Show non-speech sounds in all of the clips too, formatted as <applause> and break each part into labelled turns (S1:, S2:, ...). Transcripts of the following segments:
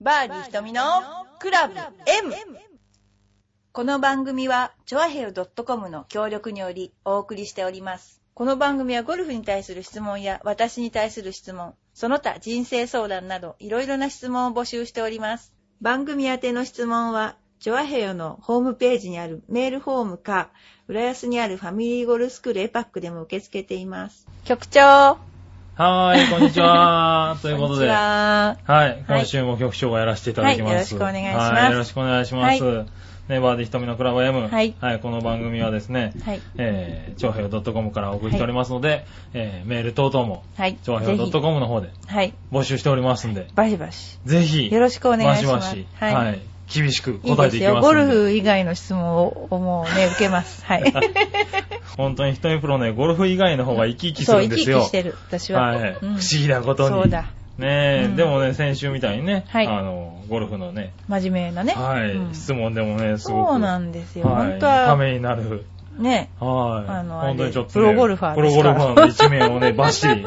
S1: バーディー瞳のクラブ M! この番組は、チョアヘル .com の協力によりお送りしております。この番組はゴルフに対する質問や私に対する質問、その他人生相談などいろいろな質問を募集しております。番組宛ての質問は、チョアヘヨのホームページにあるメールフォームか、浦安にあるファミリーゴルフスクールエパックでも受け付けています。局長
S2: はーい、こんに
S1: <laughs>
S2: ちは。ということ
S1: こんにち
S2: で。は、
S1: はい
S2: 今週も局長がやらせていただきま
S1: はい
S2: す。
S1: よろしくお願いします
S2: はい、よろしくお願いします。
S1: は
S2: ネバーディ瞳のクラブ M。
S1: はい
S2: はい、この番組はですね、
S1: はい。
S2: えー、長平 .com からお送りしておりますので、えー、メール等々も、
S1: はい。
S2: 長
S1: ぜ
S2: 平
S1: ひ
S2: .com の方で
S1: はい。
S2: 募集しておりますんで、
S1: バシバシ。
S2: ぜひ、
S1: よろしくお願いします
S2: バシバシ
S1: はい
S2: はい、厳しく
S1: いいで
S2: 答えて
S1: す
S2: いき
S1: よ。
S2: ます
S1: ゴ
S2: んで。
S1: ルフ以外の質問をもうね、受けます。
S2: <laughs>
S1: はい。
S2: 本当に一人プロね、ゴルフ以外の方が生き生きす
S1: そう、
S2: るん
S1: 生
S2: で
S1: き生
S2: すよ。
S1: きしてる、私は。
S2: はい、
S1: う
S2: 不
S1: ん
S2: 思議なこと
S1: そ
S2: に。
S1: うだ。
S2: ねえ、
S1: うん
S2: でもね、先週みたいにね、
S1: はい
S2: あの、ゴルフのね、
S1: 真面目なね。
S2: はい、
S1: うん
S2: 質問でもね、すごく。
S1: そうなんですよ。
S2: はい
S1: 本当
S2: た
S1: は、
S2: めになる。
S1: ね、
S2: はい。
S1: あの
S2: 本当にちょっと、ね、
S1: あれプロゴルファー
S2: プ
S1: で
S2: ロ
S1: す
S2: ゴ
S1: か
S2: ル
S1: ら
S2: ファーの一面
S1: <laughs>
S2: をね、バッシリ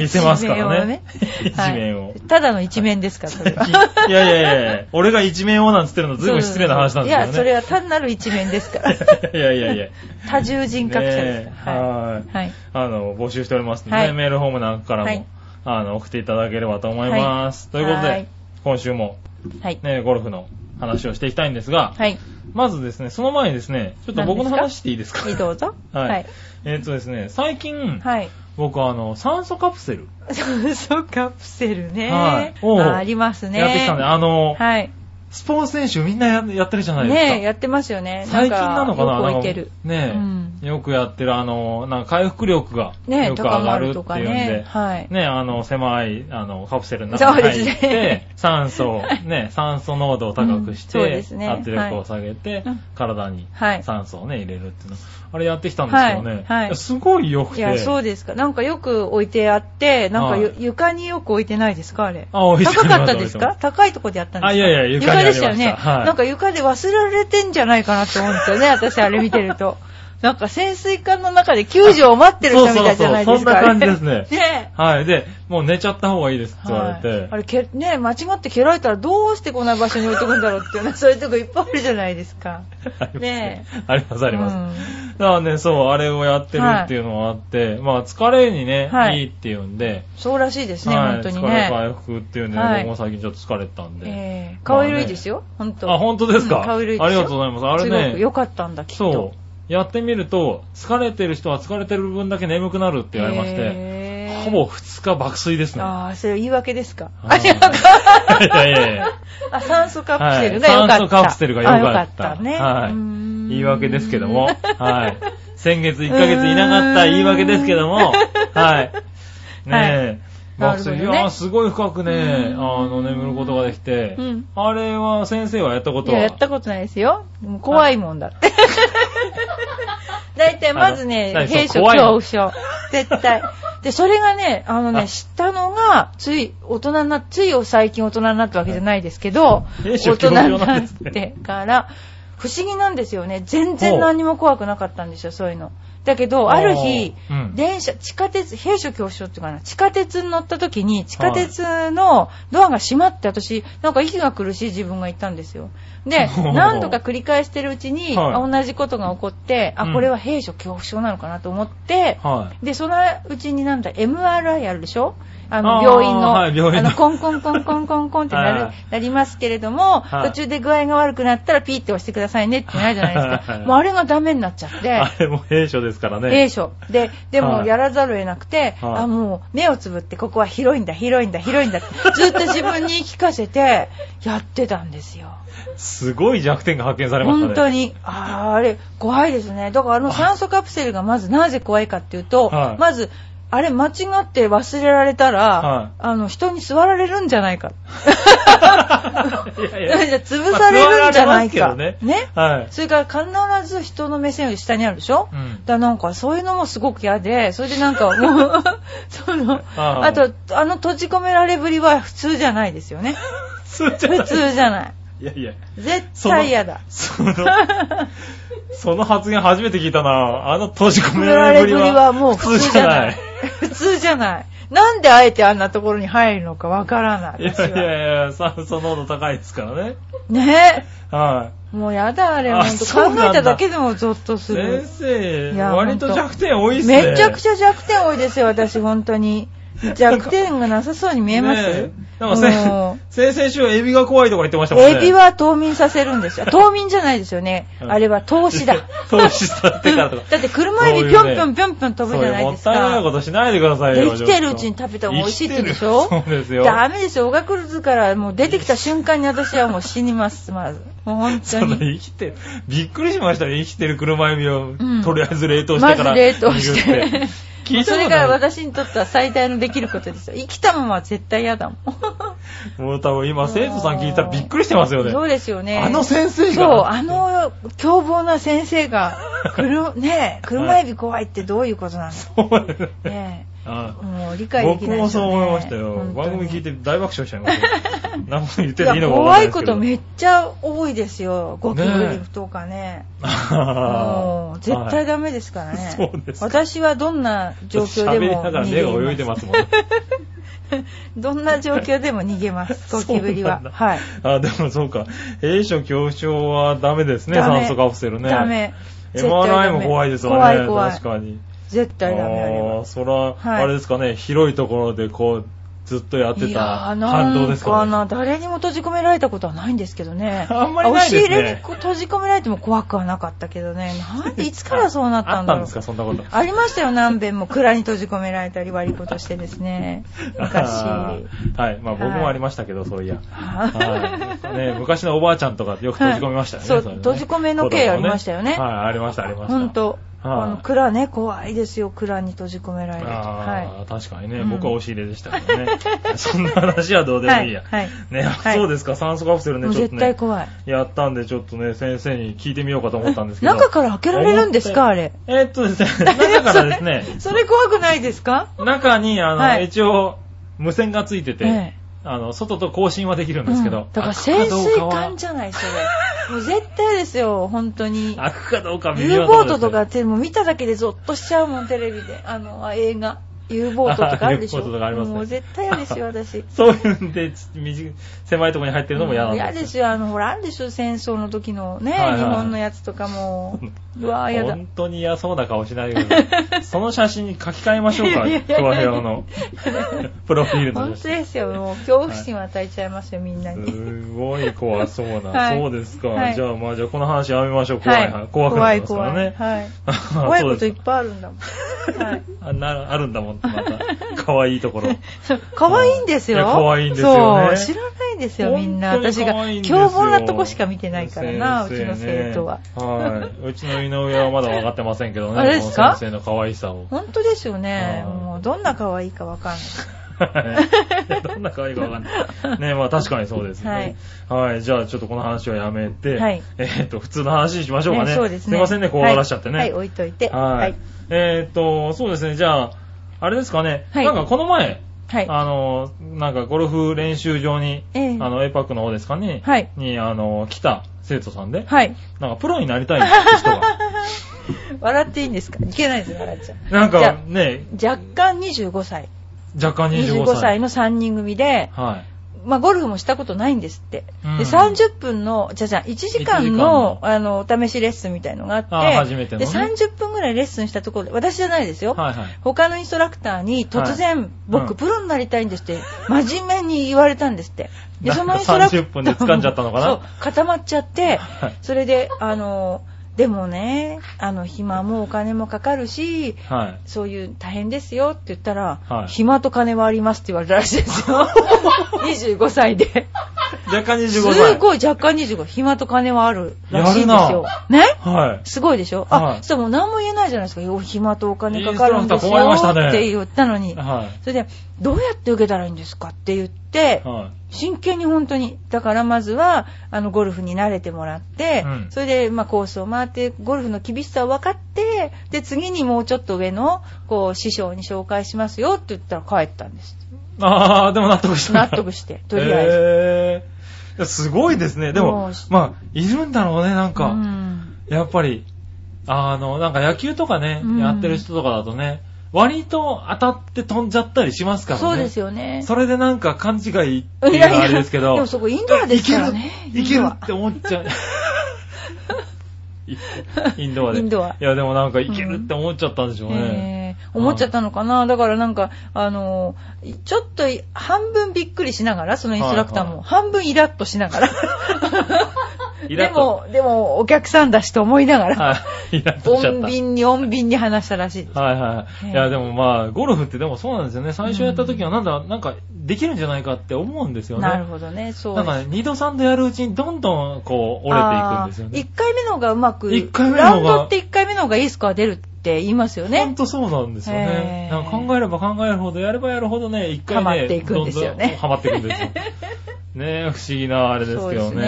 S2: 見せますからね。
S1: 一面をねはい
S2: 一面を。
S1: ただの一面ですから、そ
S2: <laughs>
S1: れは。
S2: いやいやいや俺が一面をなんつってるのずいぶん失礼な話なんです
S1: いや、そ
S2: けど
S1: れ
S2: ね。
S1: は単なる一面ですから。
S2: <laughs> いやいやいや。
S1: 多重人格者です
S2: ねえ
S1: から。はい
S2: はい。
S1: はい。
S2: あの、募集しておりますので、
S1: はい
S2: メールホームなんかからも、
S1: はい
S2: あの、送っていただければと思います。
S1: はい
S2: ということ
S1: は
S2: で
S1: い、
S2: 今週も、
S1: はい。
S2: ね、ゴルフの話をしていきたいんですが、
S1: はい。
S2: まずですね、その前にですね、ちょっと僕の
S1: 何で
S2: 話
S1: す
S2: していいですか
S1: はいどうぞ。
S2: はい
S1: はい。
S2: えーっとですね、最近、
S1: はい。 <laughs>
S2: 僕あの、酸素カプセル
S1: そうそう、カプセルね。
S2: はいおう
S1: あありますね。
S2: やってきたんで、あの、
S1: はい。
S2: スポーツ選手みんなややってるじゃないですか。
S1: ねえ、やってますよね。
S2: 最近なのかな
S1: かよく
S2: んなん
S1: 置い
S2: か
S1: てる。
S2: ねえ、
S1: うん
S2: よくやってる、あの、なんか回復力が
S1: ねえ、
S2: よく上がるってい
S1: と
S2: うんで、
S1: かね。はい。
S2: ね、あの、狭い、あの、カプセルの中に入
S1: そうで
S2: っ
S1: す
S2: て、
S1: ね
S2: 酸素を、
S1: <laughs>
S2: ね、酸素濃度を高くし
S1: うんそう
S2: て、
S1: ですね
S2: 圧力を下げて、
S1: はい
S2: 体に
S1: はい
S2: 酸素をね、入れるっていうの。あれやってきたんですけどね、
S1: はいはい
S2: やすごい良く
S1: い
S2: て。
S1: や、そうですか。なんかよく置いてあって、なんかゆ、
S2: は
S1: 床によく置いてないですか、あれ。
S2: あ置いてあ
S1: 高
S2: ります
S1: かったです
S2: 置いて
S1: か高いとこでやったんですか
S2: あいやいや床にあり
S1: で
S2: ま
S1: し
S2: した
S1: たよね、
S2: はい
S1: なんか床で忘れられてんじゃないかなと思うんですよね、私、あれ見てると。なんか潜水艦の中で救助を待ってる人みたいじゃないですか。
S2: そうそうそうそんな感じ
S1: あれ
S2: ですね
S1: <laughs> ね
S2: はい。で、もう寝ちゃった方がいいですって言われて。
S1: はいあれけ、ね、間違って蹴られたらどうしてこんな場所に置いとくんだろうっていうね、そういうとこいっぱいあるじゃないですか。ねえ。
S2: <laughs> ありますあります。
S1: うん
S2: だからね、そう、あれをやってるっていうのがあって、まあ疲れにね、
S1: はい
S2: い、いっていうんで、
S1: そうらしいですね、
S2: はい
S1: 本当に
S2: 疲れ
S1: ね。
S2: 回復っていうんで、
S1: はい
S2: 僕も最近ちょっと疲れてたんで。
S1: えー、顔色いいですよ、本当。
S2: あ、本当です
S1: う
S2: か、
S1: ん顔色いいですよ
S2: ありがとうございます。あれ
S1: すご
S2: ね、
S1: く良かったんだ、きっと。
S2: そう、やってみると、疲れてる人は疲れてる分だけ眠くなるって言われまして、
S1: へー
S2: ほぼ2日爆睡ですね。
S1: ああ、それ言い訳ですか。
S2: はいいやいやいや。
S1: あ、酸素カプセルが良かった。
S2: はい酸素カプセルが良かった
S1: あ良かったね。
S2: はい
S1: ー
S2: う
S1: ん
S2: 言い訳ですけども、はい。先月1ヶ月いなかった言い訳ですけども、
S1: <laughs>
S2: はい。ねえ。
S1: な
S2: まあ、
S1: る
S2: い
S1: ほどね
S2: や、すごい深くね、
S1: う
S2: あ
S1: ん
S2: の、眠ることができて
S1: うん、
S2: あれは先生はやったこ
S1: い
S2: と
S1: や、
S2: は
S1: やったことないですよ。もう怖いもんだって。 <laughs> 大体、まずね
S2: あの、
S1: 閉所、
S2: 怖い
S1: 恐
S2: の
S1: 怖症。絶対。で、それがね、あのね、
S2: あ
S1: 知ったのが、つい、大人な、つい最近大人になったわけじゃないですけど、大
S2: 閉所
S1: 人
S2: 恐
S1: に
S2: 怖症な
S1: なんっ
S2: ですね
S1: てから、不思議なんですよね。全然何にも怖くなかったんですよ、そういうの。だけど、ある日、
S2: おーうん
S1: 電車、地下鉄、閉所恐怖症っていうかな、地下鉄に乗った時に、地下鉄のドアが閉まって、私、なんか息が苦しい自分がいたんですよ。で、
S2: <laughs> おー
S1: 何度か繰り返してるうちに、
S2: はい
S1: 同じことが起こって、
S2: う
S1: あ、
S2: ん
S1: これは閉所恐怖症なのかなと思って、
S2: は
S1: で、そのうちになんだ、MRI あるでしょあの、
S2: あー
S1: 病院の、
S2: はい病院の
S1: あの、コンコンコンコンコンコンってな
S2: は
S1: る
S2: い、
S1: なりますけれども、
S2: はい
S1: 途中で具合が悪くなったらピーって押してくださいねってなるじゃないですか。
S2: はい
S1: もうあれがダメになっちゃっ
S2: い。
S1: て
S2: あ、れも弊所ですからね。
S1: A 所。で、でも
S2: はい
S1: やらざるを得なくて、
S2: はい
S1: あ、もう目をつぶって、ここは広いんだ、広いんだ、広い
S2: <laughs>
S1: んだって、ずっと自分に言い聞かせて、やってたんですよ。
S2: すごい弱点が発見されましたね。
S1: 本当に。あーあれ、怖いですね。だからあの酸素カプセルがまずなぜ怖いかっていうと、
S2: はい
S1: まず、あれ間違って忘れられたら、
S2: はい
S1: あの、人に座られるんじゃないか。
S2: 当に。 <laughs> いや
S1: <laughs>
S2: いや
S1: 潰されるんじゃないか。
S2: まあ座られますけどね
S1: ね。
S2: はい。
S1: それから必ず人の目線より下にあるでしょ、
S2: うん
S1: だからなんかそういうのもすごく嫌で、それでなんかも
S2: <laughs>
S1: う、その、
S2: あ
S1: あと、あの閉じ込められぶりは普通じゃないですよね。
S2: 普通じゃない。
S1: 普通じゃない。
S2: いやいや。
S1: 絶対嫌だ。<laughs>
S2: その、その発言初めて聞いたな。あの閉じ込
S1: 閉じ込
S2: め
S1: めら
S2: ら
S1: れ
S2: れぶ
S1: ぶり
S2: りは
S1: はもう普通じゃない。普通じゃない。なんであえてあんなところに入るのかわからない。
S2: い
S1: <laughs>
S2: や
S1: 私はい
S2: やいや、酸素濃度高いですからね。
S1: ね
S2: は
S1: もうやだ、あれ。
S2: あ
S1: ほんと
S2: そう
S1: 考
S2: なんだ
S1: えただけでもゾッと
S2: い。
S1: す
S2: 先
S1: る。
S2: 生
S1: い、や
S2: 割と
S1: ほんと
S2: 弱点多いっすね。
S1: めちゃく
S2: ゃ
S1: ちゃ弱点多いですよ、私、本当に。弱点がなさそうに見えます、
S2: でも先
S1: もう
S2: 先々週エビが怖いとか言ってましたもんね。
S1: エビは冬眠させるんです
S2: <laughs>
S1: よ。冬眠じゃないですよね。
S2: うん
S1: あれは投
S2: <laughs>
S1: 資だ。
S2: 投資されてからとか。
S1: だって車エビぴょんぴょんぴょんぴょん飛ぶじゃないです
S2: そううもったいないこ
S1: か。
S2: としないでくださいよ。
S1: 生きてるうちに食べた方が美味しいって言うでしょ
S2: 生きてるそうですよ。
S1: ダメですよ。小学図からもう出てきた瞬間に私はもう死にます、まず。もう本
S2: そ
S1: 当
S2: んな <laughs>
S1: に。
S2: 生きてる、びっくりしましたね。生きてる車エビを、
S1: ん
S2: とりあえず冷凍してから
S1: まず
S2: 煮る
S1: 冷
S2: って。
S1: 凍して。
S2: 聞い
S1: そ
S2: たこ
S1: れ
S2: と
S1: が
S2: ない。
S1: 私にとっては最大のできることですよ。生きたままは絶対嫌だもん。
S2: もう多分今生徒さん聞いたらびっくりしてますよね。
S1: そうですよね。
S2: あの先生が。
S1: そう、あ
S2: <laughs>
S1: の凶暴な先生が、くるねえ、車エビ怖いってどういうことな
S2: そうですね
S1: のね
S2: あ
S1: え、もう理
S2: あ
S1: 解でき
S2: 僕
S1: ない
S2: も
S1: です
S2: そ
S1: よ
S2: う
S1: ね、
S2: 思いましたよ。
S1: 本当に
S2: 番組聞いて大爆笑しちゃ
S1: <laughs>
S2: いました。何も言って
S1: い
S2: ていい
S1: や
S2: のか分かん
S1: 怖
S2: ない
S1: い
S2: です
S1: こ
S2: けど。
S1: とめっちゃ多いですよ、ゴキブリとかね。も
S2: も
S1: う絶
S2: <laughs>
S1: 対ダメですからね。
S2: そうですか
S1: 私はどんな状況で
S2: 喋り
S1: も
S2: ながら
S1: 逃
S2: 目
S1: げ
S2: が
S1: ます
S2: 泳いでますもんね。
S1: どんな状況でも逃げます、ゴキブリは
S2: <laughs> そうなん。だ
S1: はい。
S2: あ、でもそうか。A 所恐怖症はダメですね、
S1: ダメ
S2: 酸素カプセルね。
S1: ダ。メ。絶対ダメ
S2: MRI も怖いですわ
S1: 怖
S2: ね。
S1: い怖い
S2: 確かに。
S1: 絶対ダメあれ
S2: あ
S1: は
S2: ー。それは、
S1: はい
S2: あれですかね、広いところでこう、ずっとやって
S1: い
S2: た
S1: やー
S2: 反動ですかね。。
S1: なんかな、誰にも閉じ込められたことはないんですけどね
S2: <laughs> あんまりないですね
S1: 押し入れにこう閉じ込められても怖くはなかったけどね。なんでいつからそうなったんだ
S2: あ
S1: ろう
S2: あっ。たんですか、そんなこと。
S1: ありましたよ、何遍も蔵に閉じ込められたり悪いことしてですね。昔。
S2: あー <laughs> はい。まあ僕もありましたけど、そう
S1: <laughs>
S2: いや。はいね、昔のおばあちゃんとかよく閉じ込めましたよね。
S1: そう
S2: れね
S1: 閉じ込めの刑ありましたよね
S2: 子供をはい、ありました、
S1: <laughs>
S2: ありました。
S1: ほんと、
S2: はい
S1: あの蔵ね、怖いですよ、蔵に閉じ込められると。
S2: あ
S1: は
S2: あ、確かにね、
S1: うん
S2: 僕は押し入れでしたから
S1: <laughs>
S2: ね。そんな話はどうでもいいや。
S1: はいはい
S2: ね、
S1: はい
S2: そうですか、酸素カプセル
S1: い。
S2: ね、
S1: もう
S2: ちょっと
S1: 絶対
S2: ね、
S1: 怖い。
S2: やったんで、ちょっとね、先生に聞いてみようかと思ったんですけど。
S1: <laughs> 中から開けられるんですか、あれ。
S2: えーっとです
S1: <laughs>
S2: ね、中からですね、
S1: それ怖くないですか
S2: 中に、あの、
S1: はい
S2: 一応、無線がついてて、
S1: ええ
S2: あの、外と交信はできるんですけど、
S1: うんだから
S2: 開
S1: 潜
S2: くかどう
S1: 水
S2: かは
S1: 艦じゃない、そ
S2: <laughs>
S1: れ。もう絶対ですよ、本当に。
S2: 開くかどうか微妙
S1: U
S2: な
S1: ボ
S2: こ
S1: ー
S2: です
S1: ト
S2: ね
S1: とかってもう見ただけでゾッとしちゃうもん、テレビで。あの、あ映画。U ボートとかあるでしょ。
S2: <laughs> U ボートとかありますね
S1: もう絶対嫌ですよ、私。
S2: そういうんで、ち短い狭いところに入ってるのも嫌なんですよ
S1: 嫌ですよ、あの、ほら、あるでしょ、戦争の時のね、
S2: はいはい
S1: 日本のやつとかも。
S2: <laughs>
S1: うわぁ、嫌だ。
S2: 本当に嫌そうな顔しないでくださ
S1: <laughs>
S2: いその写真に書き換えましょうか、
S1: いやいや
S2: トワヘア
S1: <laughs>
S2: のプロフィールの
S1: 本
S2: 写
S1: 当
S2: 真。
S1: ですよ、もう恐怖心を与えちゃいますよ、みんなに。
S2: すごい怖そうな。
S1: はい
S2: そうですか。
S1: はい
S2: じゃあ、まあ、じゃあ、この話やめましょう。怖い、怖くなりますからね。
S1: 怖い、怖い。
S2: あ
S1: はい。怖い
S2: <laughs> そう
S1: こ
S2: です
S1: といっぱいあるんだも
S2: <laughs>
S1: ん。はい。
S2: あなあるんだもん、また。可愛いところ。
S1: 可愛いんです
S2: い
S1: よ。
S2: や可愛いんですよね
S1: そう、知らないんですよ、みんな。
S2: 本当に
S1: 私
S2: 可
S1: が
S2: 愛いんですよ
S1: 凶暴なとこしか見てないからな、う
S2: 先
S1: ち
S2: 生ね
S1: の生徒は。
S2: はい。うちの井上はまだ分かってませんけどね。
S1: あれですか
S2: この先生の可愛さを。
S1: 本当ですよね。
S2: うん
S1: もうどんな可愛いかわかんない。
S2: はい <laughs> どんな可愛いかわかんない。ねまあ確かにそうですね。はい。じゃあちょっとこの話はやめて、
S1: はい
S2: えーっと、普通の話にしましょうかね。
S1: そうですね。
S2: いませんね、こう終わらしちゃってね。
S1: はい、はい置いといて。
S2: は
S1: はいい。
S2: えーっと、そうですね、じゃあ、あれですかね。
S1: はい
S2: なんかこの前、
S1: はい。
S2: あの、なんかゴルフ練習場に、
S1: ええ
S2: あの、エパックの方ですかね。
S1: はい
S2: に、あの、来た生徒さんで、
S1: はい。
S2: なんかプロになりたいって人
S1: <laughs>
S2: が、
S1: 笑っていいんですかいけないですね、笑っちゃう。
S2: なん
S1: じ
S2: か
S1: ゃ
S2: ね、
S1: 若干25歳。
S2: 若干25
S1: 25
S2: 歳。
S1: 歳の3人組で、
S2: はい。
S1: まあ、ゴルフもしたことないんですって。
S2: うん
S1: で、30分の、じゃじゃ、1時
S2: 1時
S1: 間
S2: 間の
S1: の、あの、お試しレッスンみたいのがあって、
S2: あー初めてのね
S1: で、30分ぐらいレッスンしたところで、私じゃないですよ。
S2: はいはい。
S1: 他のインストラクターに突然、
S2: うん
S1: 僕プロになりたいんですって、真面目に言われたんですって。
S2: <laughs>
S1: で、
S2: なんか
S1: インストラク
S2: 30分で掴んじゃったのかな
S1: そう、固まっちゃって
S2: はい、
S1: それで、あの、でもね、あの、暇もお金もかかるし、
S2: はい。
S1: そういう大変ですよって言ったら、
S2: はい
S1: 暇と金はありますって言われたらしいです
S2: <laughs>
S1: よ。25歳で。
S2: 若干25
S1: す
S2: 歳。
S1: ごい若干25、暇と金はあるらしいんですよ。ね
S2: はい。
S1: すごいでしょ、
S2: は
S1: あ、
S2: い
S1: そうもう何も言えないじゃないですか。よ暇とお金かかるんですよ
S2: インストラクター困りましたね
S1: って言ったのに。
S2: は
S1: それで、どうやって受けたらいいんですかって言って
S2: い。、は
S1: 真剣に本当に。だからまずは、あの、ゴルフに慣れてもらって、
S2: うん
S1: それで、まあ、コースを回って、ゴルフの厳しさを分かって、で、次にもうちょっと上の、こう、師匠に紹介しますよって言ったら帰ったん
S2: <laughs>
S1: です。
S2: い。ああ、でも納得した。
S1: 納得して、とりあえず。
S2: えーいやすごいですね。で
S1: も
S2: も
S1: う、
S2: まあ、いるんだろうね、なんか。
S1: うん
S2: やっぱり、あの、なんか野球とかね、
S1: うん
S2: やってる人とかだとね、割と当たって飛んじゃったりしますからね。
S1: そうですよね。
S2: それでなんか勘違いっていうのはあれですけど。
S1: でもそこインドアですからね。
S2: い
S1: イ
S2: ける
S1: ンドア
S2: って思っ
S1: <laughs>
S2: ちゃう。いインドアで。
S1: インドア
S2: いや、でもなんかいけるって思っちゃったんでしょうね。
S1: えー思っちゃったのかな、だからなんか、あのーちょっとい半分びっくりしながら、そのインストラクターも、
S2: はいはい
S1: 半分イラッとしながら、
S2: イラ
S1: で
S2: ッと。
S1: も、でもお客さんだしと思いながら、 <laughs>
S2: はい。イラッとしちゃっ
S1: 穏
S2: た。
S1: 便に穏便に話したらしいです。
S2: はいはい。
S1: ね
S2: いや、でもまあ、ゴルフってでもそうなんですよね。最初やった時はなんだ、なんか、できるんじゃないかって思うんですよね。
S1: なるほどね、そう
S2: なんかね、二度三度やるうちにどんどんこう、折れていくんですよね。
S1: 1回目の方がうまく、
S2: 一回目の
S1: ラウ
S2: 方
S1: ン
S2: が
S1: ドって1回目の方がいいスコア出るって言いますよ
S2: ほん
S1: ね。
S2: とそうなんですよね。
S1: へー
S2: なんか考えれば考えるほど、やればやるほどね、一回ね、
S1: ハマっていくんですよね
S2: どどハマっていくん
S1: <laughs>
S2: ですよ。ねえ、不思議なあれですけ
S1: そ
S2: ど
S1: うです
S2: ね。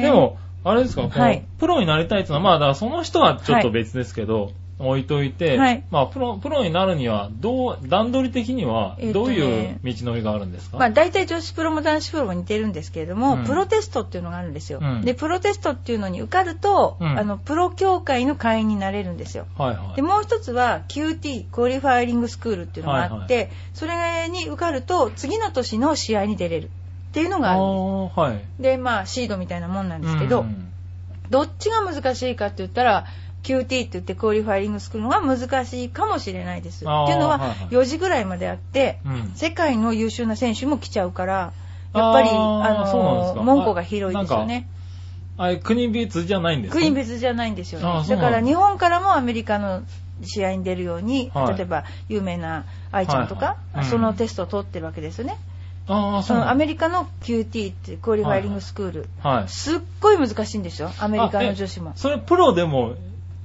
S1: ね
S2: でも、あれですか、この
S1: はい
S2: プロになりたいっていうのは、まあ、だからその人はちょっ
S1: は
S2: と
S1: い
S2: 別ですけど、置いといて、
S1: はい
S2: まあ、プロ、プロになるには、どう、段取り的には
S1: え、っ
S2: ど
S1: と
S2: う
S1: ね
S2: いう道のりがあるんですか、
S1: まあ、大体女子プロも男子プロも似てるんですけれども、
S2: うん
S1: プロテストっていうのがあるんですよ、
S2: うん
S1: でプロテストっていうのに受かると、
S2: うん
S1: あのプロ協会の会員になれるんですよ
S2: はいはい
S1: で。もう一つは QT クオリファイリングスクールっていうのがあって、
S2: は
S1: それに受かると次の年の試合に出れるっていうのがあるんで
S2: あーはい。
S1: すでまあシードみたいなもんなんですけど、
S2: うん
S1: どっちが難しいかって言ったら QT って言ってクオリファイリングスクールのが難しいかもしれないですっていう
S2: あー
S1: の
S2: はいは
S1: はい4時ぐらいまであって、
S2: うん
S1: 世界の優秀な選手も来ちゃうからやっぱり
S2: あー
S1: あ
S2: そうなんです
S1: の
S2: か
S1: 門戸が広いですよ
S2: なん
S1: ね
S2: あれ、国別じゃないんですか
S1: 国別じゃないんですよ
S2: あー
S1: ね
S2: そう
S1: だ
S2: なんだ
S1: から日本からもアメリカの試合に出るように、
S2: はい
S1: 例えば有名な愛ちゃんとか、
S2: はいはいうん
S1: そのテストを取ってるわけですよね、
S2: ああ、
S1: そ
S2: そう
S1: の
S2: な
S1: ア
S2: んだ
S1: メリカの QT ってクオリファイリングスクール、
S2: はい。
S1: すっごい難しいんですよアメリカの女子も
S2: それプロでも、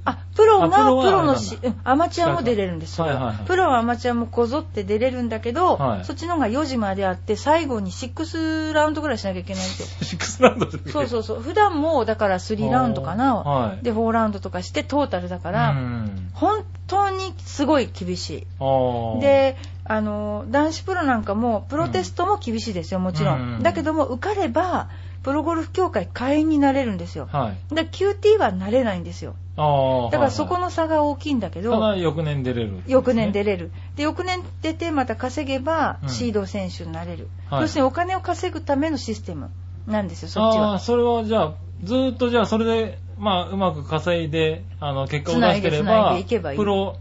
S1: あ、プロが、
S2: あプ
S1: プ
S2: ロは
S1: ロ
S2: あれなん
S1: の
S2: だ
S1: し、うんアマチュアも出れるんですよ、
S2: はいはいはい
S1: プロはアマチュアもこぞって出れるんだけど、
S2: はい
S1: そっちの方が4時まであって、最後に6ラウンドぐらいしなきゃいけないんですよ。
S2: シックスラウンドで。
S1: そう
S2: う。
S1: そうそう。普段も、だから3ラウンドかな。
S2: はい。
S1: で、4ラウンドとかして、トータルだか
S2: う
S1: ら、
S2: ん
S1: 本当にすごい厳し
S2: あ
S1: い。
S2: ー、
S1: で、あの、男子プロなんかも、プロテストも厳しいですよ、もちろん。
S2: うん
S1: だけども、受かれば、プロゴルフ協会会員になれるんですよ。
S2: はい。
S1: だから QT はなれないんですよ。
S2: ああ。
S1: だからそこ
S2: の、
S1: の差が大きいんだけど、
S2: ただ翌年出れる。
S1: 翌年出れる、で翌年出てまた稼げば
S2: うん
S1: シード選手になれる、
S2: はい
S1: 要するにお金を稼ぐためのシステムなんですよ、そっち
S2: ああー、
S1: は。
S2: それはじゃあ、ずーっとじゃあ、それで、まあ、うまく稼いで、あの、結果を出してれ
S1: つないでつな
S2: ば
S1: いでいけばいい
S2: プロ、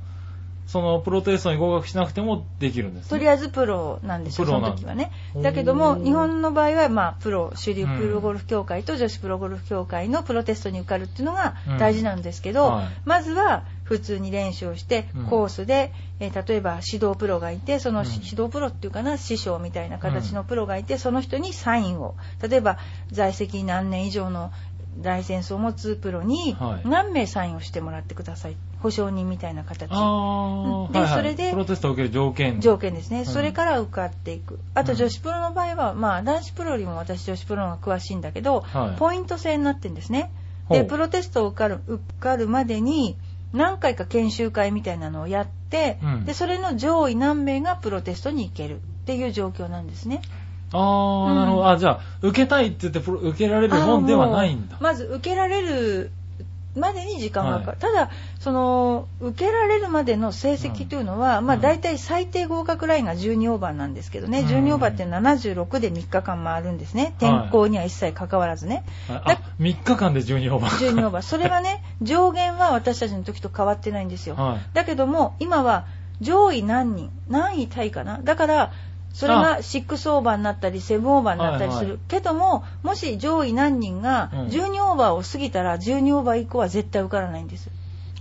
S2: その、プロテストに合格しなくてもできるんですね。
S1: とりあえずプロなんですよ、
S2: プ
S1: そ
S2: ロなん
S1: の
S2: だ
S1: 時はね
S2: ほ。う
S1: だけども、日本の場合は、まあ、プロ、主流
S2: うん
S1: プロゴルフ協会と女子プロゴルフ協会のプロテストに受かるっていうのが
S2: うん
S1: 大事なんですけど、
S2: はい
S1: まずは普通に練習をして
S2: うん、
S1: コースで、えー例えば指導プロがいて、その
S2: うん
S1: 指導プロっていうかな、師匠みたいな形のプロがいて、その人にサインを、例えば在籍何年以上のライセンスを持つプロに
S2: はい
S1: 何名サインをしてもらってください、保証人みたいな形。
S2: ああ、
S1: で
S2: はいはい
S1: それで
S2: プロテストを受ける条件。
S1: 条件ですね、
S2: ん
S1: それから受かっていく、あ
S2: う
S1: と
S2: ん
S1: 女子プロの場合は、まあ、男子プロよりも私、女子プロの方が詳しいんだけど、
S2: はい
S1: ポイント制になってるんですね、
S2: ほう
S1: でプロテストを受かる受かるまでに、何回か研修会みたいなのをやって、
S2: うん
S1: で、それの上位何名がプロテストに行けるっていう状況なんですね。
S2: ああ、
S1: うん
S2: なるほど。あ、じゃあ、受けたいって言ってプロ、受けられるもんではないんだ
S1: あーもう。まず受けられるまでに時間がかかる、
S2: は
S1: ただその受けられるまでの成績というのは、
S2: うん
S1: まあ
S2: うん
S1: 大体最低合格ラインが12オーバーなんですけどね、
S2: うん
S1: 12オーバーって76で3日間回るんですね
S2: はい
S1: 天候には一切関わらずね、
S2: あ、3日間で12オーバー。
S1: 12オーバーそれがね上限は私たちの時と変わってないんですよ、
S2: はい。
S1: だけども今は上位何人何位タイかなだからそれ
S2: あ
S1: が6オーバーになったり7オーバーになったりする、
S2: はいはい
S1: けどももし上位何人が
S2: うん
S1: 12オーバーを過ぎたら12オーバー以降は絶対受からないんです、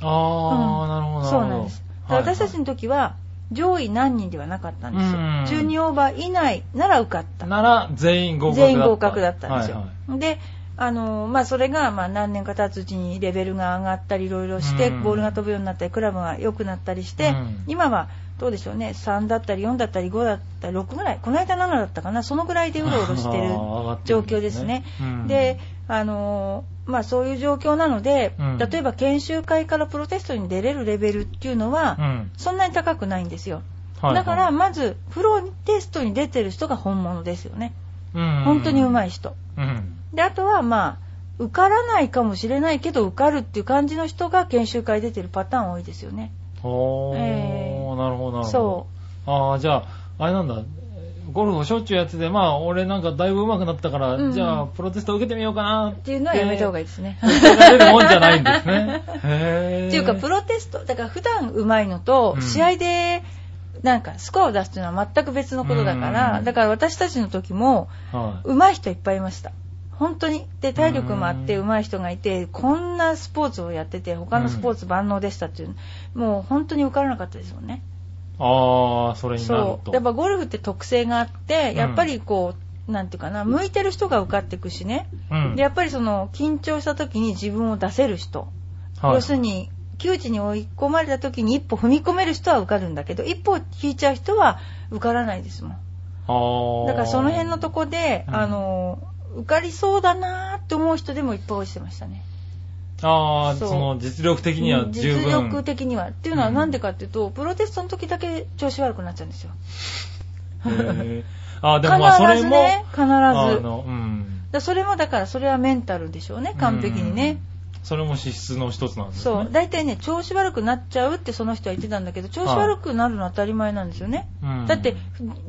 S2: ああ、
S1: うん
S2: なるほど、るほ
S1: そ
S2: ど
S1: うなんですだから私たちの時は上位何人ではなかったんですよ、
S2: うん
S1: 12オーバー以内なら受かった
S2: なら、全員合格だった。
S1: 全員合格だったんですよ。
S2: はいはい
S1: であのまあ、それがまあ何年か経つうちにレベルが上がったりいろいろして、
S2: うん
S1: ボールが飛ぶようになったりクラブが良くなったりして、
S2: うん
S1: 今はどうでしょうね3だったり4だったり5だったり6ぐらいこの間7だったかなそのぐらいでうろうろしてる
S2: <laughs> あー上がって
S1: 状
S2: るん
S1: 況ですね。
S2: うん
S1: で、あのまあ、そういう状況なので、
S2: うん
S1: 例えば研修会からプロテストに出れるレベルっていうのは、
S2: うん
S1: そんなに高くないんですよ、
S2: はい
S1: だから
S2: はい
S1: まずプロテストに出てる人が本物ですよね、
S2: うん
S1: 本当に上手
S2: い。
S1: い人。
S2: うん。
S1: であとはまあ受からないかもしれないけど受かるっていう感じの人が研修会出てるパターン多いですよね
S2: おー、
S1: えー
S2: なるほど、なるほど。。
S1: そう
S2: ああ、じゃあ、あれなんだ。ゴルフをしょっちゅうやってて、まあ、俺なんかだいぶ上手くなったから、
S1: うんうん
S2: じゃあ、プロテスト受けてみようかなっ。
S1: う。ってていうのはやめた方がいいですね。
S2: 出るもんじゃないんで
S1: <laughs>
S2: すね。へー。
S1: っていうか、プロテスト、だから普段うまいのと、
S2: うん
S1: 試合で、なんか、スコアを出すというのは全く別のことだから、
S2: うん
S1: だから私たちの時も、
S2: は
S1: うまい人いっぱいいました。本当に。で、体力もあって、
S2: う
S1: うまい人がいて、こんなスポーツをやってて、他のスポーツ万能でしたっていう、もう本当に受からなかったですもんね。
S2: い。ああ、それになる
S1: そ
S2: と。
S1: う。やっぱゴルフって特性があって、
S2: うん
S1: やっぱりこう、なんていうかな、向いてる人が受かっていくしね。
S2: うん
S1: で、やっぱりその、緊張した時に自分を出せる人。
S2: はい
S1: 要するに、窮地に追い込まれた時に一歩踏み込める人は受かるんだけど、一歩引いちゃう人は受からないですもん。
S2: あー
S1: だからその辺のとこで、
S2: うん
S1: あの、受かりそうだなーって思う人でもいっぱい落ちてましたね。
S2: ああ、
S1: そ
S2: そうの実力的には十分。
S1: 実力的には。っていうのは
S2: うん
S1: なんでかっていうと、プロテストの時だけ調子悪くなっちゃうんですよ。
S2: へーああ、で
S1: 必
S2: もまあそれ
S1: ず
S2: も、
S1: ね、必
S2: あ
S1: ず。
S2: の、うん。
S1: だそれもだからそれはメンタルでしょうね、完璧にね。
S2: うん。それも資質の一つなんですね。
S1: そう、大体ね、調子悪くなっちゃうってその人は言ってたんだけど、調子悪くなるのは当たり前なんですよね。
S2: うん
S1: だって、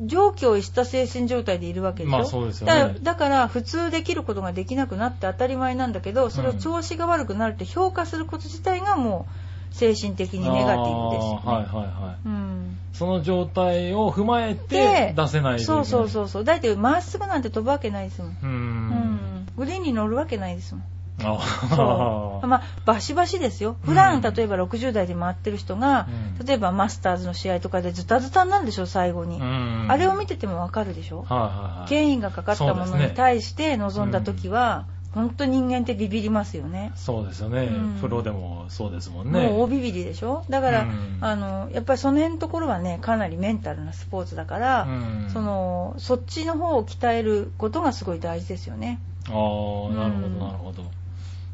S1: 常軌を逸した精神状態でいるわけでしょ。
S2: まあそうですよね
S1: だだから、普通できることができなくなって当たり前なんだけど、それを調子が悪くなるって評価すること自体がもう、精神的にネガティブですよね。
S2: あーはいはいはい。
S1: うん
S2: その状態を踏まえ
S1: で
S2: て出せないとい
S1: そうそう
S2: う
S1: そうそう。だって、まっすぐなんて飛ぶわけないですもん。
S2: ね。うー。
S1: うんん。グリーンに乗るわけないですもん。
S2: あ
S1: そう。
S2: あ。
S1: まあ、バシバシですよ。普
S2: う
S1: 段、
S2: ん
S1: 例えば60代で回ってる人が、
S2: うん
S1: 例えばマスターズの試合とかでズタズタになるでしょ、最後に。あ
S2: あ
S1: れを見
S2: て、
S1: ててもわかるでしょ。
S2: はいはいはい。
S1: 権威がかかったも
S2: そう
S1: の
S2: です
S1: に
S2: ね
S1: 対して臨んだ時は、本当人間ってビビりますよね。
S2: そうですよね
S1: うん。
S2: プロでもそうですもんね。
S1: もう大ビビりでしょだから、
S2: うん
S1: あの、やっぱりその辺のところはね、かなりメンタルなスポーツだから、
S2: うん
S1: その、そっちの方を鍛えることがすごい大事ですよね。
S2: ああ、なるほ
S1: うん
S2: ど、なるほ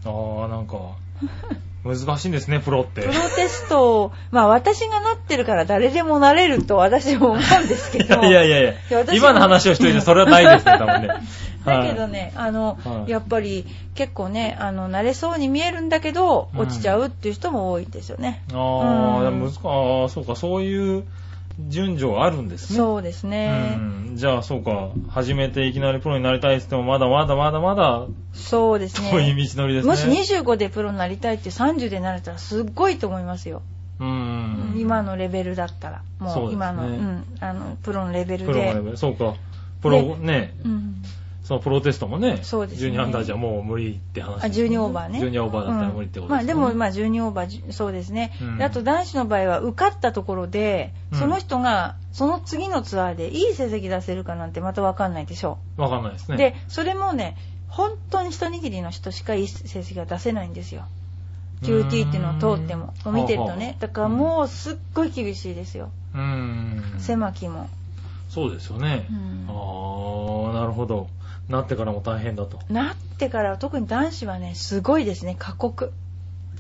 S2: ど。ああ、なんか、難しいんですね、プロって。
S1: プロテストを、まあ私がなってるから誰でもなれると私も思うんですけ
S2: <laughs> い
S1: ど。
S2: やいやいやい
S1: いや
S2: や、
S1: 私も
S2: 今の話をしといて、それはないですね、多分ね。
S1: <laughs> だけど
S2: はい。
S1: ね、あの、
S2: はい
S1: やっぱり結構ね、あの、慣れそうに見えるんだけど、
S2: うん
S1: 落ちちゃうっていう人も多いんですよね。
S2: ああ、で
S1: うん
S2: も難しああ、そうか、そういう順序あるんですね。
S1: そうですね。
S2: うんじゃあ、そうか、始めていきなりプロになりたいって言っても、まだまだまだまだ
S1: そうですね。
S2: 遠い道のりですね。
S1: もし25でプロになりたいって30でなれたらすっごいと思いますよ。
S2: うん、
S1: 今のレベルだったら。もう
S2: そうですね
S1: 今の、うん、あの、プロのレベ
S2: プ
S1: ル
S2: ロの
S1: で
S2: レ。ベルそうか、プロ、ね、
S1: うん。
S2: そのプロテストもね、
S1: そうですね
S2: 12アンダーじゃもう無理って話、
S1: あ、12オーバーね。
S2: 12オーバーだったら無理ってこと
S1: うん
S2: ですね。
S1: まあでも、まあ12オーバーじゅ、そうですね。
S2: うん
S1: であと男子の場合は受かったところで、
S2: うん
S1: その人がその次のツアーでいい成績出せるかなんてまたわかんないでしょ
S2: わかんないです
S1: う。
S2: ね。
S1: で、それもね、本当に一握りの人しかいい成績が出せないんですよ。QT っていうのを通っても、
S2: うん
S1: 見てるとね。だからもうすっごい厳しいですよ。
S2: うん。
S1: 狭きも。
S2: そうですよね。
S1: うん
S2: ああ、なるほど。なってからも大変だと。
S1: なってからは特に男子はね、すごいですね、過酷。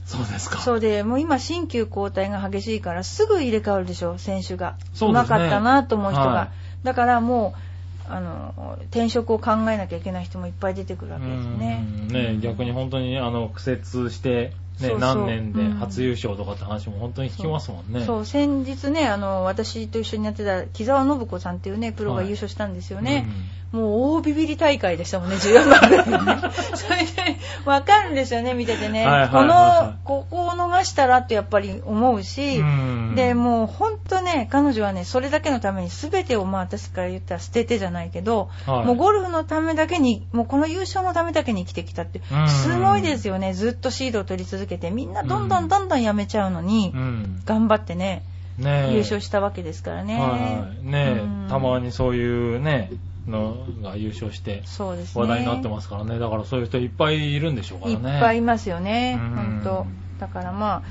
S2: そうですか。
S1: そうで、もう今、新旧交代が激しいから、すぐ入れ替わるでしょ、選手が。
S2: そうですね
S1: まかったなと思う人が。
S2: は
S1: だからもう、あの、転職を考えなきゃいけない人もいっぱい出てくるわけですね。
S2: うんね逆に本当にあの苦節して、
S1: そう
S2: ね
S1: そう
S2: 何年で
S1: うん
S2: 初優勝とかって話も本当に聞きますもんね。
S1: そう、先日ね、あの、私と一緒にやってた木沢信子さんっていうね、プロが
S2: はい
S1: 優勝したんですよね。もう大ビビり大会でしたもんね、14番
S2: <laughs>
S1: ぐらいね。それで、わかるんですよね、見ててね。
S2: はいはいはいはい
S1: この、ここを逃したらってやっぱり思うし、
S2: うん
S1: で、もう本当ね、彼女はね、それだけのために全てを、まあ私から言ったら捨ててじゃないけど、
S2: はい
S1: もうゴルフのためだけに、もうこの優勝のためだけに生きてきたって
S2: う、ん
S1: すごいですよね、ずっとシードを取り続けて、みんなどんど
S2: うんん
S1: どんどんやめちゃうのに
S2: う、ん。
S1: 頑張ってね、
S2: ねえ
S1: 優勝したわけですからね。
S2: はいはい。ね
S1: うん
S2: えたまにそういうね、のが優勝して
S1: そうですね。
S2: 話題になってますからね。だからそういう人いっぱいいるんでしょうから
S1: い
S2: ね。
S1: っぱいいますよね、
S2: うん
S1: 本当。だからま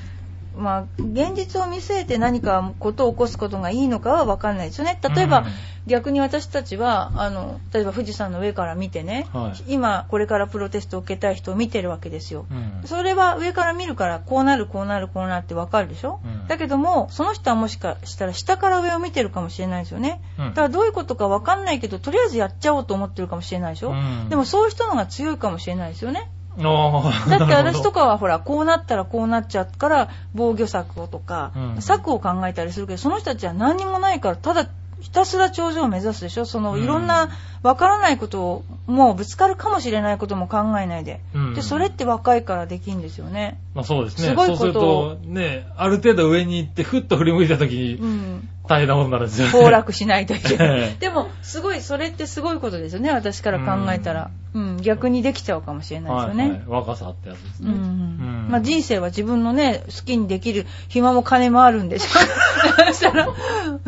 S1: あ、まあ、現実を見据えて何かことを起こすことがいいのかは分かんないですよね。例えば、
S2: うん
S1: 逆に私たちは、あの、例えば富士山の上から見てね、
S2: はい
S1: 今これからプロテストを受けたい人を見てるわけですよ。
S2: うん
S1: それは上から見るから、こうなる、こうなる、こうなるって分かるでしょ、
S2: うん
S1: だけども、その人はもしかしたら下から上を見てるかもしれないですよね。
S2: うん
S1: だからどういうことか分かんないけど、とりあえずやっちゃおうと思ってるかもしれないでしょ、
S2: うん
S1: でもそういう人の方が強いかもしれないですよね。
S2: ああ、
S1: だって
S2: <laughs> なる
S1: 私
S2: ほど
S1: とかはほら、こうなったらこうなっちゃうから、防御策をとか、
S2: うん
S1: 策を考えたりするけど、その人たちは何にもないから、ただひたすら頂上を目指すでしょその、
S2: うん
S1: いろんな、わからないことを、もうぶつかるかもしれないことも考えないで。
S2: うん
S1: で、それって若いからできんですよね。
S2: まあそうですね。
S1: すごい
S2: そうする
S1: ことを
S2: と、ね、ある程度上に行って、ふっと振り向いたとき
S1: う
S2: に、
S1: ん。
S2: 大変なことになるんですよね。
S1: 崩落しないといけ
S2: <laughs>
S1: な
S2: え
S1: い。でも、すごい、それってすごいことですよね。私から考えたら。うん、逆にできちゃうかもしれないですよね。
S2: はいはい。若さってやつです
S1: うん
S2: ね。うん
S1: まあ、人生は自分のね、好きにできる暇も金もあるんでし
S2: <laughs>
S1: ょ。そしたら、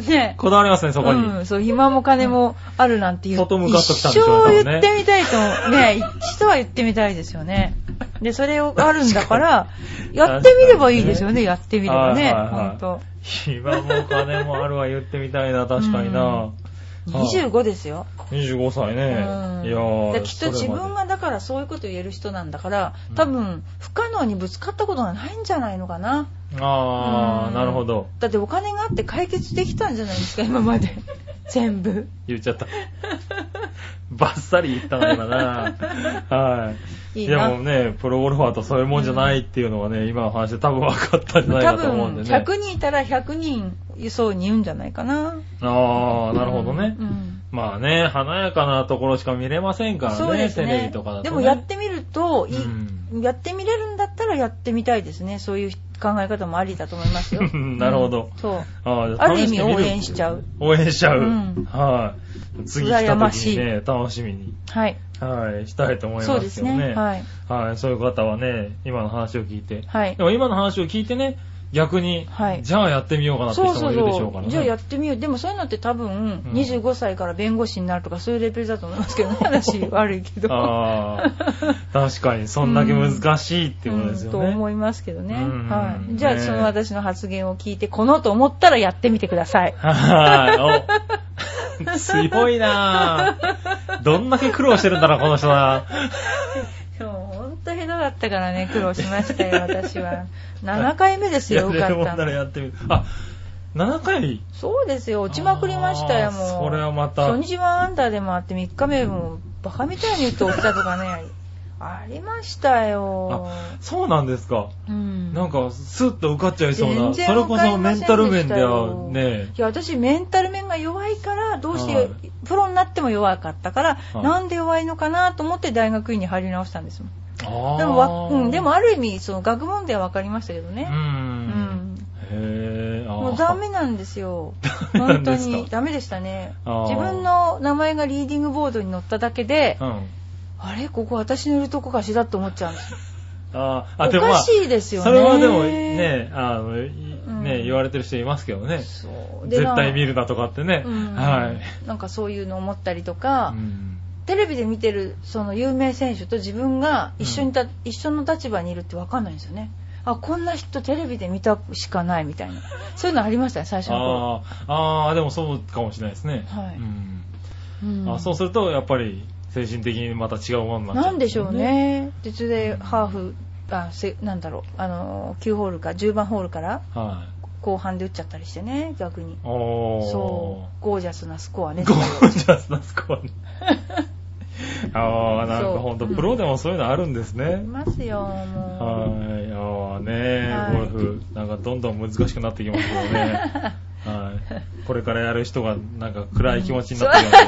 S1: ね。
S2: こだわりますね、そこに。
S1: うん、そう、暇も金もあるなんていう。
S2: 外向かっときたんでしょ
S1: 一生
S2: 多分
S1: 言
S2: ね
S1: ってみたいと、ね、 <laughs> 一度は言ってみたいですよね。で、それをあるんだから、やってみればいいですよね、やってみればね。
S2: はいはいはい
S1: ほんと。
S2: 暇も金もあるわ言ってみたいな、確かにな。はい
S1: 25ですよ。
S2: 25歳ね。
S1: うん
S2: いや
S1: で
S2: ー。
S1: きっと
S2: そ
S1: 自
S2: れまで
S1: 分がだからそういうことを言える人なんだから
S2: う、ん
S1: 多分、不可能にぶつかったことがないんじゃないのかな。
S2: あ
S1: う
S2: ー、
S1: ん
S2: なるほど。
S1: だってお金があって解決できたんじゃないですか、今まで。
S2: <laughs>
S1: 全部。
S2: 言っちゃった。 <laughs> バッサリ言ったの今な。
S1: <laughs>
S2: はい。
S1: いい
S2: で
S1: な
S2: もね、プロゴルファーとそういうもんじゃないっていうのがね、今の話で多分分かったんじゃない
S1: 多
S2: かと思うん
S1: 分、
S2: でね。
S1: 100人いたら100人、そうに言うんじゃないかな。
S2: ああ、なるほどね。
S1: うん
S2: まあね、華やかなところしか見れませんから
S1: そう
S2: ね、
S1: です
S2: テレ
S1: ね
S2: ビとかだと、
S1: で
S2: ね。
S1: もやってみると、いい
S2: うん。
S1: やってみれるんだったらやってみたいですね。そういう考え方もありだと思いますよ
S2: <laughs> なるほど
S1: うんそう。
S2: あーじゃ
S1: ある
S2: 試
S1: 意
S2: して
S1: 味
S2: み
S1: 応援しちゃう。
S2: 応援しちゃう。
S1: うん
S2: はい。次来た時にね、楽しみに、
S1: はい。
S2: はい、したいと思い
S1: そう
S2: ま
S1: です
S2: け
S1: す
S2: どね。
S1: ね。はい。
S2: はい、そういう方はね、今の話を聞いて。
S1: はい
S2: で。も今の話を聞いてね、逆に、
S1: はい
S2: じゃあやってみようかなって
S1: そう
S2: 人
S1: そ
S2: も
S1: う
S2: いるでしょう
S1: そ
S2: から
S1: う。
S2: ね。
S1: じゃあやってみよう。でもそういうのって多分、25歳から弁護士になるとかそういうレベルだと思いますけどね、話悪いけど。
S2: あ
S1: <laughs>
S2: あ、確かに、そんだけ難しいってことですよね。
S1: うんと思いますけどね。
S2: うん
S1: はい。
S2: ね
S1: じゃあ、その私の発言を聞いて、このと思ったらやってみてください。
S2: はい。お強いなぁ。どんだけ苦労してるんだろう、この人は。
S1: でもほんと下手だったからね、苦労しましたよ、私は。7回
S2: <laughs>
S1: 目ですよ、受か
S2: やれる
S1: っ
S2: も
S1: た
S2: んなら
S1: の。
S2: やってみる。あ、7回
S1: そうですよ、落ちまくりましたよ、
S2: あー
S1: もう。
S2: それはまた
S1: 初日はアンダーで回って、3日目もバカみたいに打って落ちたとか
S2: <laughs>
S1: ね、ありましたよ。
S2: あ、そうなんですか。
S1: うん。
S2: なんか、スッと受かっちゃいそうな。
S1: 全然
S2: それこそメンタル面で
S1: わか
S2: は
S1: りませんで
S2: ね
S1: し、たよいや、私メンタル面が弱いから、どうし
S2: は
S1: て、プロになっても弱かったから、
S2: はい
S1: なんで弱いのかなと思って大学院に入り直したんですもん。
S2: あー
S1: でもわ、うん、でも、ある意味、その学問では分かりましたけど
S2: う
S1: ね。
S2: ん。へぇ。
S1: もうダメなんですよ
S2: <laughs> ダメなん
S1: 本当
S2: ですか
S1: にダメでしたね。
S2: あー
S1: 自分の名前がリーディングボードに載っただけで
S2: う、ん。
S1: あれここ私のいるとこかしらって思っちゃうんですよ。
S2: あーあ、
S1: お
S2: でもま
S1: か
S2: あ、
S1: しいですよね。
S2: それはでもね、あの、い
S1: ん
S2: ね、言われてる人いますけどね。
S1: そう、で
S2: 絶対見
S1: る。
S2: るなとかってね。
S1: うん
S2: はい。
S1: なんかそういうの思ったりとか、
S2: うん
S1: テレビで見てるその有名選手と自分が一緒にた、一緒の立場にいるって分かんないんですよね。あこんな人テレビで見たしかないみたいなそういうのありましたね最初の頃。
S2: あーあー、でもそうかもしれないですね。
S1: はい
S2: うん
S1: うん
S2: あそうすると、やっぱり精神的にまた違うものになっちゃう、
S1: なんでしょう。ね。でそれでハーフあせなんだろうあのー9ホールか10番ホールから
S2: は
S1: 後半で打っちゃったりしてね逆に
S2: い。。おー。
S1: そうゴージャスなスコアね。
S2: ゴージャスなスコ
S1: <laughs>
S2: アね。ああ、なん
S1: そう
S2: かほんと、プロでもそういうのあるんです
S1: あり
S2: ね。
S1: ますよもう。
S2: はい。ああ、ね
S1: はい
S2: ゴルフ、なんかどんどん難しくなってきますけどね。はい。これからやる人が、なんか暗い気持ちになってきます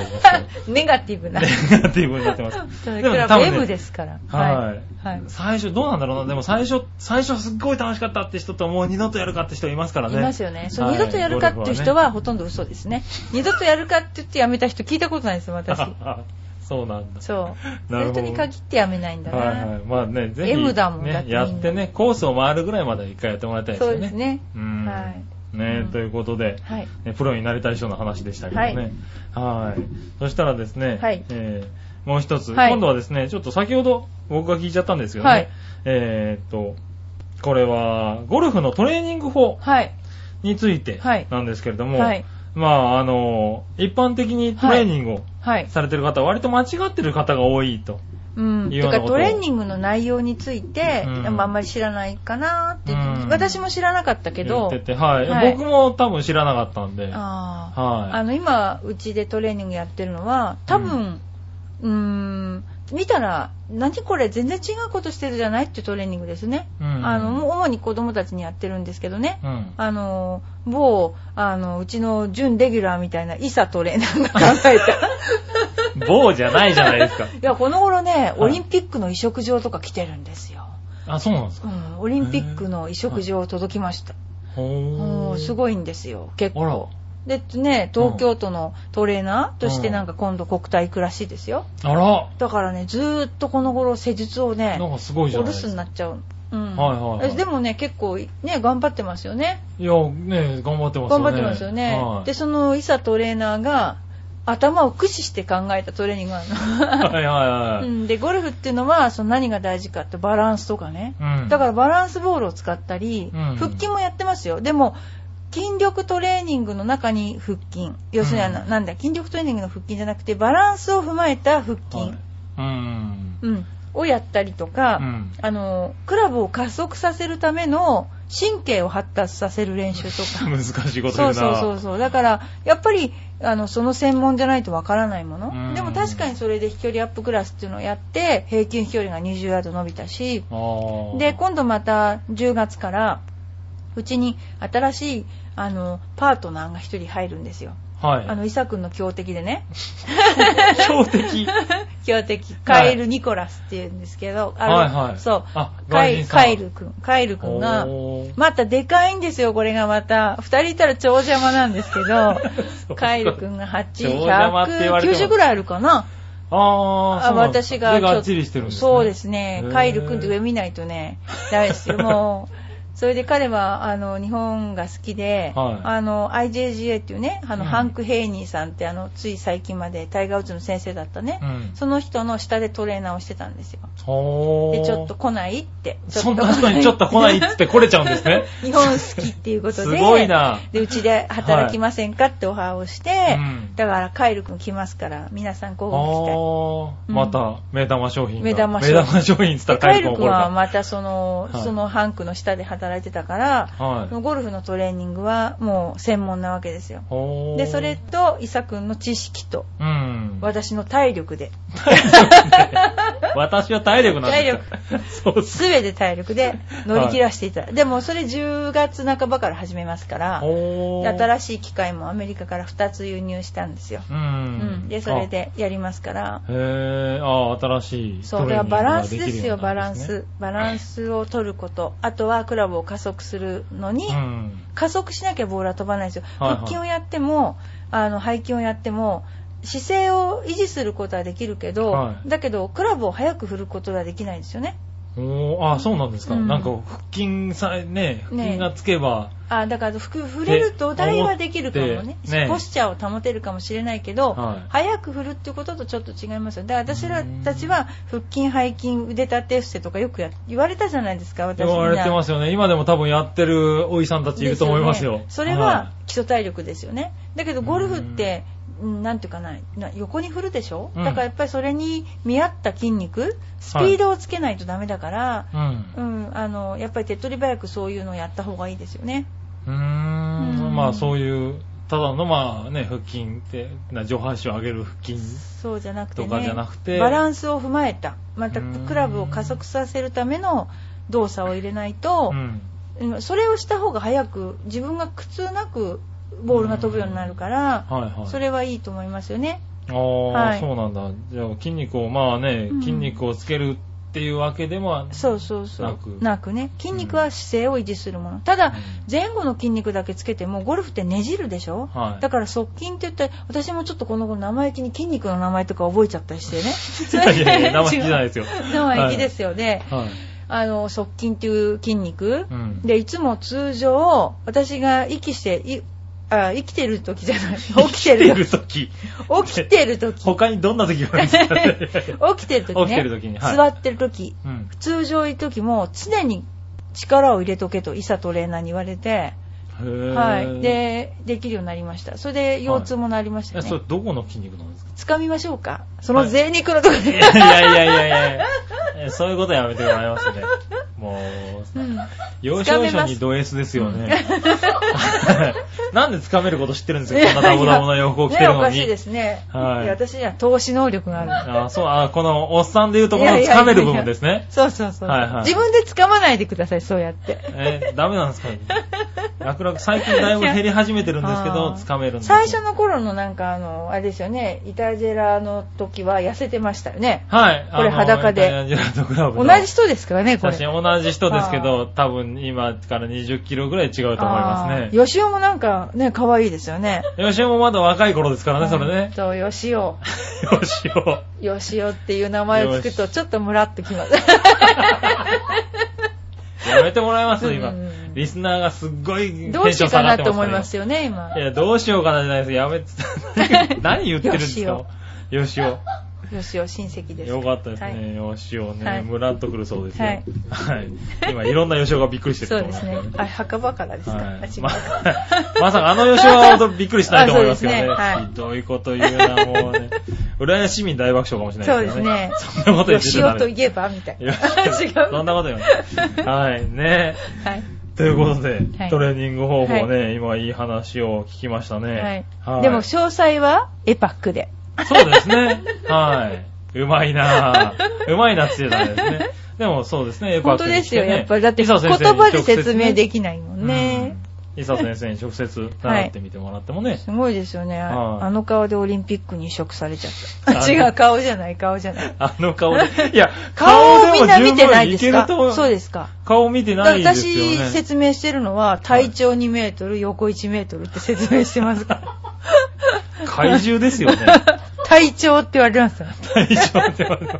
S2: けど。
S1: <laughs> ネガティブな。
S2: ネガティブになってます。
S1: <laughs> それ
S2: で
S1: ク
S2: も
S1: ラ
S2: 多
S1: ブ
S2: 分
S1: M
S2: ね
S1: ですから。
S2: はい。
S1: はい。
S2: 最初、どうなんだろうな。でも最初、最初すっごい楽しかったって人と、もう二度とやるかって人いますから
S1: い
S2: ね。
S1: ますよね。そう、
S2: はい
S1: 二度とやるかっていう人
S2: ゴルフ
S1: はほとんど嘘ですね。二度とやるかって言ってやめた人聞いたことないですよ、
S2: <laughs>
S1: 私。
S2: はね。そうなん
S1: そう。
S2: だ。
S1: そう
S2: なる
S1: いう
S2: ほど
S1: 人に限ってやめないんだな。
S2: はいはい。まあね、ぜひ、
S1: M だもんだっ
S2: ね、
S1: て
S2: やってね、コースを回るぐらいまで一回やってもらいたいです
S1: そ
S2: よね。
S1: うです。ね。
S2: うん。
S1: は
S2: ね
S1: うん
S2: ということで、
S1: はい。
S2: ねプロになりたい人の話でしたけどね。はい。そしたらですね、
S1: はい
S2: えーもう一つ、
S1: はい
S2: 今度はですね、ちょっと先ほど僕が聞いちゃったんですけどね、
S1: はい
S2: えーっと、これは、ゴルフのトレーニング法
S1: はい。
S2: について
S1: はい
S2: なんですけれども、
S1: はい
S2: まあ、あの、一般的にトレーニングを
S1: はい。
S2: されてる方は割と間違ってる方が多いと。
S1: うん。
S2: い
S1: て
S2: うような
S1: か、
S2: こと
S1: トレーニングの内容について、
S2: うん
S1: でもあんまり知らないかなって、
S2: うん
S1: 私も知らなかったけど、
S2: 言ってて、はい。
S1: はい
S2: 僕も多分知らなかったんで。は
S1: ああ。
S2: い。
S1: あの、今、うちでトレーニングやってるのは、多分、うーん、見たら、何これ全然違うことしてるじゃないっていうトレーニングですね。
S2: うん
S1: あの、もう主に子供たちにやってるんですけどね。
S2: うん。 <laughs>
S1: あの、某、あの、うちの準レギュラーみたいなイサトレーナーが考え
S2: <laughs>
S1: た。
S2: 棒じゃないじゃないですか。
S1: いや、この頃ね、
S2: い
S1: オリンピックの移植場とか来てるんですよ。
S2: あ、そうなんで
S1: <laughs>
S2: す
S1: う
S2: か。
S1: ん、オリンピックの移植場届きました。
S2: ほ
S1: う
S2: ー。
S1: んす
S2: い。
S1: ごいんですよ、結
S2: あら
S1: 構。。でね、東京都のトレーナーとしてなんか今度国体行くらしいですよ。
S2: あら。
S1: だからね、ずーっとこの頃施術をね、
S2: なん
S1: お
S2: かすごいじゃ
S1: 留
S2: ないです
S1: 守に
S2: か。
S1: なっちゃう。うん
S2: はいはいはい
S1: えでもね、結構ね、頑張ってますよね。
S2: いや、ね頑張ってますよ
S1: 頑
S2: ね。
S1: 張ってますよね。
S2: はい
S1: で、そのイサトレーナーが、頭を駆使して考えたトレーニングなの。
S2: はいはいは
S1: う
S2: い。
S1: ん、で、ゴルフっていうのは、その何が大事かってバランスとかね。
S2: うん
S1: だからバランスボールを使ったり、
S2: うん
S1: 腹筋もやってますよ。でも、筋力トレーニングの中に腹筋。要するにあの、
S2: うん
S1: なんだ、筋力トレーニングの腹筋じゃなくて、バランスを踏まえた腹筋、
S2: はいうん。
S1: うん、をやったりとか、
S2: うん
S1: あの、クラブを加速させるための神経を発達させる練習
S2: <laughs>
S1: とか。
S2: 難しいこと
S1: そ
S2: 言うな。
S1: うそうそうそう。だから、やっぱり、あの、その専門じゃないとわからないも
S2: うん
S1: の。でも確かにそれで飛距離アップクラスっていうのをやって、平均飛距離が20ヤード伸びたし、
S2: あー
S1: で、今度また10月から、うちに新しい、あの、パートナーが一人入るんですよ。
S2: はい。
S1: あの、イサ君の強敵でね、
S2: 強
S1: <laughs>
S2: 敵。
S1: 強敵、カエル・ニコラスっていうんですけど、あの
S2: はいはい
S1: そう
S2: あ
S1: カ
S2: 外人
S1: エ、
S2: さん
S1: カエル君、カエル君が
S2: おー、
S1: またでかいんですよ、これがまた。二人いたら超邪魔なんですけ
S2: <laughs> そう
S1: ど、カエル君が
S2: 超邪魔って言われても
S1: 890ぐらいあるかな。
S2: あー、
S1: あ
S2: そうなんです
S1: 私が
S2: か目
S1: ちょ
S2: がっちりしてるんですね。
S1: そうですね
S2: へー
S1: カイル君って上見ないとねダメですよもうそれで彼はあの日本が好きで、
S2: はい
S1: あの IJGA っていうねあの、
S2: うん
S1: ハンク・ヘイニーさんってあのつい最近までタイガー・ウッズの先生だったね、
S2: うん
S1: その人の下でトレーナーをしてたんですよ
S2: ほー。
S1: でちょっと来ないってちょっと
S2: そんな人にちょっと来ないっつって来れちゃうんです
S1: <laughs>
S2: ね。
S1: 日本好きっていうこと
S2: す
S1: で
S2: ごいな
S1: でうちで働きませんかってオファーをして、
S2: うん
S1: だからカイル君来ますから皆さん
S2: あ
S1: 交互期待
S2: ー、
S1: うん
S2: また、目玉商品が。
S1: 目玉商
S2: 目
S1: 品
S2: 玉商品っつった
S1: でカ
S2: ら
S1: イ
S2: 帰る
S1: ル
S2: 子
S1: 君は
S2: 怒
S1: またその、
S2: はい
S1: そのハンクの下で働いてたから、
S2: はい
S1: そのゴルフのトレーニングはもう専門なわけですよ。
S2: ほー。
S1: で、それ、と、イサ君の知識と、
S2: うん。
S1: 私の体力で、
S2: 私は体力なんですか体力。 <laughs> そうっす。
S1: すべて体力で乗り切らせていただ、でもそれ10月半ばから始めますから、
S2: ほ
S1: で
S2: ー。
S1: 新しい機械もアメリカから2つ輸入したんですよ。
S2: う。
S1: うんん。で、それでやりますから、
S2: あ。へー、あー、新しい。
S1: そう、だからバランスですよ、バランス。。バランスを取ること。あとはクラブを加速するのに、
S2: うん。
S1: 加速しなきゃボールは飛ばないんですよ、
S2: はいはい
S1: 腹筋をやってもあの背筋をやっても姿勢を維持することはできるけど、
S2: はい
S1: だけどクラブを早く振ることはできないんですよね
S2: おー、あー、そうなんですか。
S1: うん
S2: なんか、腹筋さえ、ね、腹筋がつけば、
S1: あだからふく振れる土台はできるかも
S2: ね
S1: ね
S2: ね
S1: ポスチャーを保てるかもしれないけど、
S2: はい
S1: 早く振るっていうこととちょっと違いますよだから私らたちは腹筋背筋腕立て伏せとかよくや言われたじゃないですか私
S2: 言われてますすよね。今でも多分やってるおじさんたちいると思いますよ。
S1: それは基礎体力ですよね。だけどゴルフって、うんなんていうかな、な横に振るでしょ、
S2: うん
S1: だからやっぱりそれに見合った筋肉、スピードをつけないとダメだから、
S2: はい、
S1: うん、あの、やっぱり手っ取り早くそういうのをやった方がいいですよね。
S2: うん。
S1: う
S2: うー。
S1: んん
S2: まあそういう、ただのまあね、腹筋って、な上半身を上げる腹筋。
S1: そうじゃなくて、ね、
S2: とかじゃなくて
S1: バランスを踏まえた、また
S2: うん
S1: クラブを加速させるための動作を入れないと
S2: う、ん。
S1: うんそれをした方が早く、自分が苦痛なくボールが飛ぶようになるから、
S2: はいはい。
S1: それはいいと思いますよね。
S2: ああ、
S1: はい
S2: そうなんだ。じゃあ筋肉を、まあね
S1: うん、
S2: 筋肉をつけるっていうわけでも、
S1: そうそうそう。
S2: なく
S1: ね。筋肉は姿勢を維持するもの。た
S2: うん
S1: だ、前後の筋肉だけつけても、ゴルフってねじるでしょ、
S2: はい
S1: だから側筋って言って、私もちょっとこの頃生意気に筋肉の名前とか覚えちゃったりしてね。
S2: いや <laughs> いやいや生意気じゃないですよ
S1: <laughs> 生意気ですよね。
S2: はい。
S1: あの、側筋っていう筋肉。
S2: うん
S1: で、いつも通常、私が息して、いあ生きてる時じゃ
S2: <laughs>
S1: ない。起きてる時。
S2: 時。
S1: 起きてる時。
S2: <laughs> 他にどんな時があるんですか
S1: <laughs> 起きてる時ね。
S2: 起きてる時にはい
S1: 座ってる時。
S2: うん。
S1: 通常行く時も常に力を入れとけとイサトレーナーに言われて、
S2: へー
S1: はい、、でできるようになりましたそれで腰痛もなりました
S2: え
S1: ね、
S2: それどこの筋肉なんですか <laughs>
S1: 掴みましょうかその贅肉のところ
S2: い
S1: で、
S2: やいやいやいやいやそういうことやめてもらいますね。もう、 <laughs>
S1: うん
S2: 要所要所にド S ですよね。 <laughs> なんで掴めること知ってるんですかこんなダボダボな洋服を着てる
S1: ね、お
S2: の
S1: かしい
S2: に
S1: で。すね。
S2: はい
S1: いや私には投資能力がある。
S2: あそう、あこのおっさんで言うとこの掴める部分ですね。
S1: そうそうそう。
S2: はいはい
S1: 自分で掴まないでください、そうやって。
S2: えーダメなんですかね。楽々、最近だいぶ減り始めてるんですけど、
S1: あー
S2: 掴めるんですよ
S1: 最初の頃のなんかあの、あれですよね、イタジェラの時は痩せてましたよね。
S2: はい。
S1: これ
S2: あの
S1: 裸で
S2: イタリアンジェラートクラブ
S1: 同
S2: の
S1: じ人ですからね、これ。
S2: 写真同じ人ですけど、多分今から20キロぐらい違うと思います
S1: あー
S2: ね。
S1: よしおもなんかね、可愛いですよね。
S2: 吉尾もまだ若い頃ですからね、それ
S1: うん
S2: ね。
S1: と、よしお。
S2: <laughs> 吉尾。
S1: よしおっていう名前をつくと、ちょっとムラっときます。 <laughs>
S2: やめてもらいます今
S1: うん。
S2: リスナーがすっごいテンシ
S1: どうしよ
S2: ョン
S1: うか
S2: 下が
S1: な
S2: って
S1: と
S2: ます
S1: 思
S2: から
S1: い
S2: 今
S1: ますよね、今
S2: い。や、どうしようかなじゃないです。やめ
S1: <laughs>
S2: て、何言ってるんですかよしお。
S1: よしお親戚です。
S2: よかったです
S1: はい
S2: ね。よしお
S1: は
S2: ね
S1: い。
S2: ムラっとくるそうですよ。
S1: は
S2: はいい。今、いろんなよしおがびっくりして
S1: そう
S2: ると
S1: で
S2: 思
S1: す
S2: いま
S1: ね。あ、墓場からですか。あ違
S2: は
S1: う
S2: い、ま <laughs> まさかあの吉尾は本当びっくりしないと思いますけど
S1: あ
S2: ね。
S1: そうですね <laughs> はい
S2: ひどいこと言うな、もうね。浦安市民大爆笑かもしれないですけどね。
S1: そうですね
S2: そんなこと言
S1: よ
S2: って
S1: しおといえばみたいな。違う。
S2: そんなこと言うなはい、ね。
S1: はい。
S2: ということで、
S1: はい
S2: トレーニング方法ね、今いい話を聞きましたね。
S1: はい。でも、詳細はエパックで。
S2: そうですね。はい。うまいなぁ。うまいなって言ってたんですね。でもそうですね、エパッ
S1: 本
S2: ク
S1: 当
S2: に
S1: で
S2: 来
S1: すよ、
S2: ね
S1: やっぱり。だって
S2: 伊
S1: 言
S2: 佐先生に
S1: 葉で
S2: 直接ね
S1: 説明できないもんね。
S2: うん。伊佐先生に直接習ってみてもらってもね、
S1: すごいですよね。
S2: はい
S1: あの顔でオリンピックに移植されちゃった。
S2: あの
S1: 違う、顔じゃない、顔じゃ
S2: <laughs>
S1: ない。
S2: あの顔で。いや、
S1: 顔を
S2: 顔
S1: み
S2: で
S1: ん
S2: も
S1: な
S2: 十
S1: 見てない
S2: 分
S1: で
S2: い
S1: す
S2: け
S1: か
S2: ると。
S1: そうですか。
S2: 顔見て
S1: だか
S2: な
S1: ら
S2: いですよ
S1: 私、
S2: ね。
S1: 説明してるのは、体長2メートル、横1メートルって説明してます
S2: <laughs>
S1: から。
S2: 怪獣ですよね。
S1: <laughs> 体長って言われますよ。
S2: 大丈夫って言われてます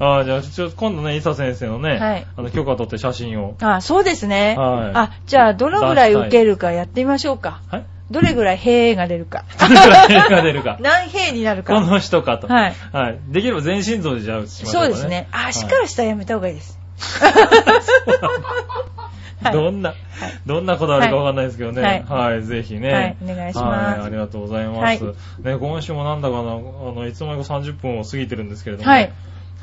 S2: ああ、じゃあ、ちょ今度ね、伊佐先生のね、
S1: はい
S2: あの、許可取って写真を。
S1: あ、そうですね。
S2: はい
S1: あ、じゃあ、どのぐらい受けるかやってみましょうか。 <laughs>
S2: はい
S1: どれぐらい兵が出るか。
S2: どれくらいが出るか。
S1: 何兵になる
S2: こ
S1: か。
S2: の人かと。
S1: はい
S2: できれば全身像でじゃあ、しましょう
S1: そう
S2: かね。
S1: ですね。あ、足
S2: はい
S1: から下はやめた方がいい
S2: <laughs>
S1: です。はい
S2: どんな、どんなことあるかわかんないですけどね。
S1: はい
S2: はい、ぜひね。
S1: はいお願いします
S2: はい、ありがとうございます。
S1: は
S2: ね、今週もなんだかな、あの、いつの間にか30分を過ぎてるんですけれども、
S1: はい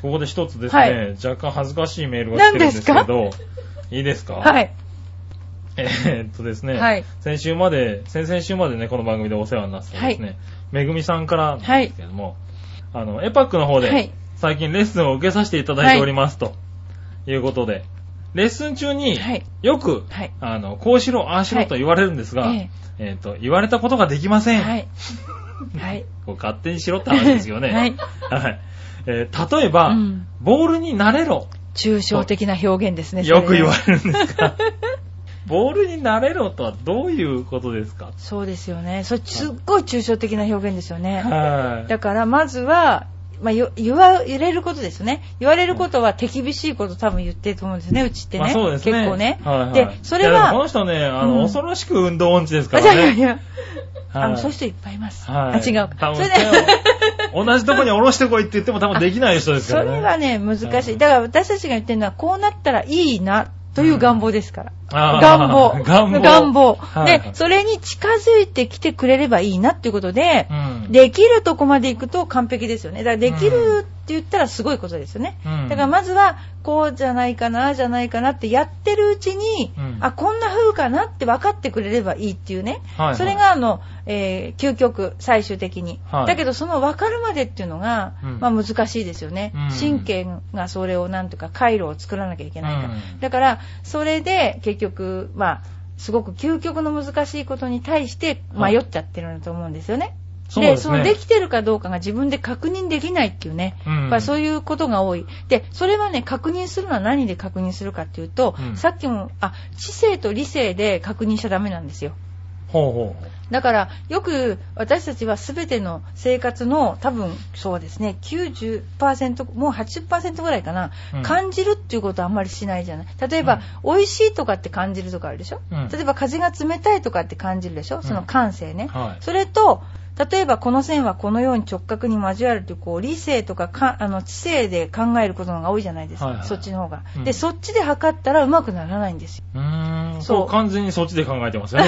S2: ここで一つですね、
S1: はい
S2: 若干恥ずかしいメールが来てるんですけ
S1: 何
S2: ど、いいですか。
S1: はいい。
S2: えーっとですね、
S1: はい
S2: 先週まで、先々週までね、この番組でお世話になってたですね、
S1: は
S2: めぐみさんからなんですけれども、あの、エパックの方で、
S1: はい
S2: 最近レッスンを受けさせていただいております、ということで、レッスン中に、
S1: はい
S2: よく、
S1: はい
S2: あの、こうしろ、ああしろと言われるんですが、
S1: はいえ
S2: えーっと、言われたことができません。
S1: はい。はい。
S2: こう勝手にしろって話ですよね。
S1: はい
S2: はいえー例えば、
S1: うん
S2: ボールになれろ。
S1: 抽象的な表現ですね。
S2: よく言わ
S1: る。
S2: れるんですが、ボールになれろとはどういうことですか
S1: <laughs> そうですよね。それ、すっごい抽象的な表現ですよね。
S2: はい。
S1: だから、まずは、まあ、よ言わ言れることですね。言われることは手厳しいこと多分言ってると思うんですね、うちってね。
S2: まあそうですね。
S1: 結構ね。
S2: はいはい、
S1: で、それ
S2: いやでもこの
S1: は、
S2: 人ね、あの、
S1: うん
S2: 恐ろしく運動音痴ですか
S1: あ、じゃ
S2: ら
S1: あいやい
S2: ね。
S1: や、あの、
S2: はい
S1: そういう人いっぱいいます。あ、
S2: はい。
S1: 違う
S2: 多
S1: か。それ
S2: 分
S1: で、
S2: 手を同じとこに下ろしてこいって言っても多分できない人ですか
S1: そ
S2: らね。
S1: れはね、難しい。だから私たちが言ってるのは、こうなったらいいな、という願望ですから。
S2: あー
S1: 願望。
S2: <laughs> 願望。
S1: 願望
S2: はいは
S1: で、
S2: い
S1: それに近づいてきてくれればいいなっていうことで
S2: う、ん。
S1: できるとこまで行くと完璧ですよね。だからできるって言ったらすごいことですよね。
S2: うん
S1: だからまずは、こうじゃないかな、ああじゃないかなってやってるうちに、
S2: うん
S1: あ、こんな風かなって分かってくれればいいっていうね。
S2: はいはい
S1: それが、あの、えー究極、最終的に。
S2: はい
S1: だけど、その分かるまでっていうのが、
S2: うん
S1: まあ難しいですよね。
S2: うん
S1: 神経がそれをなんとか回路を作らなきゃいけないから。
S2: うん
S1: だから、それで結局、まあ、すごく究極の難しいことに対して迷っちゃってるんだと思うんですよね。
S2: そうですね
S1: そのできてるかどうかが自分で確認できないっていうね、
S2: うん
S1: やっぱりそういうことが多い。で、それはね、確認するのは何で確認するかっていうと、
S2: うん
S1: さっきも、あ、知性と理性で確認しちゃダメなんですよ。
S2: ほうほう。
S1: だから、よく私たちは全ての生活の多分、そうですね、90%、もう80%ぐらいかな、
S2: うん
S1: 感じるっていうことはあんまりしないじゃない。例えば、美味しいとかって感じるとかあるでしょ、
S2: うん
S1: 例えば、風が冷たいとかって感じるでしょその感性ね。
S2: はい
S1: それと、例えばこの線はこのように直角に交わるという、こう、理性とかか、あの、知性で考えることの方が多いじゃないですか。
S2: はいはい
S1: そっちの方が、
S2: うん
S1: で、そっちで測ったらうまくならないんですよ。
S2: うーん、
S1: そう
S2: そう、完全にそっちで考えてますよ
S1: <laughs>
S2: ね。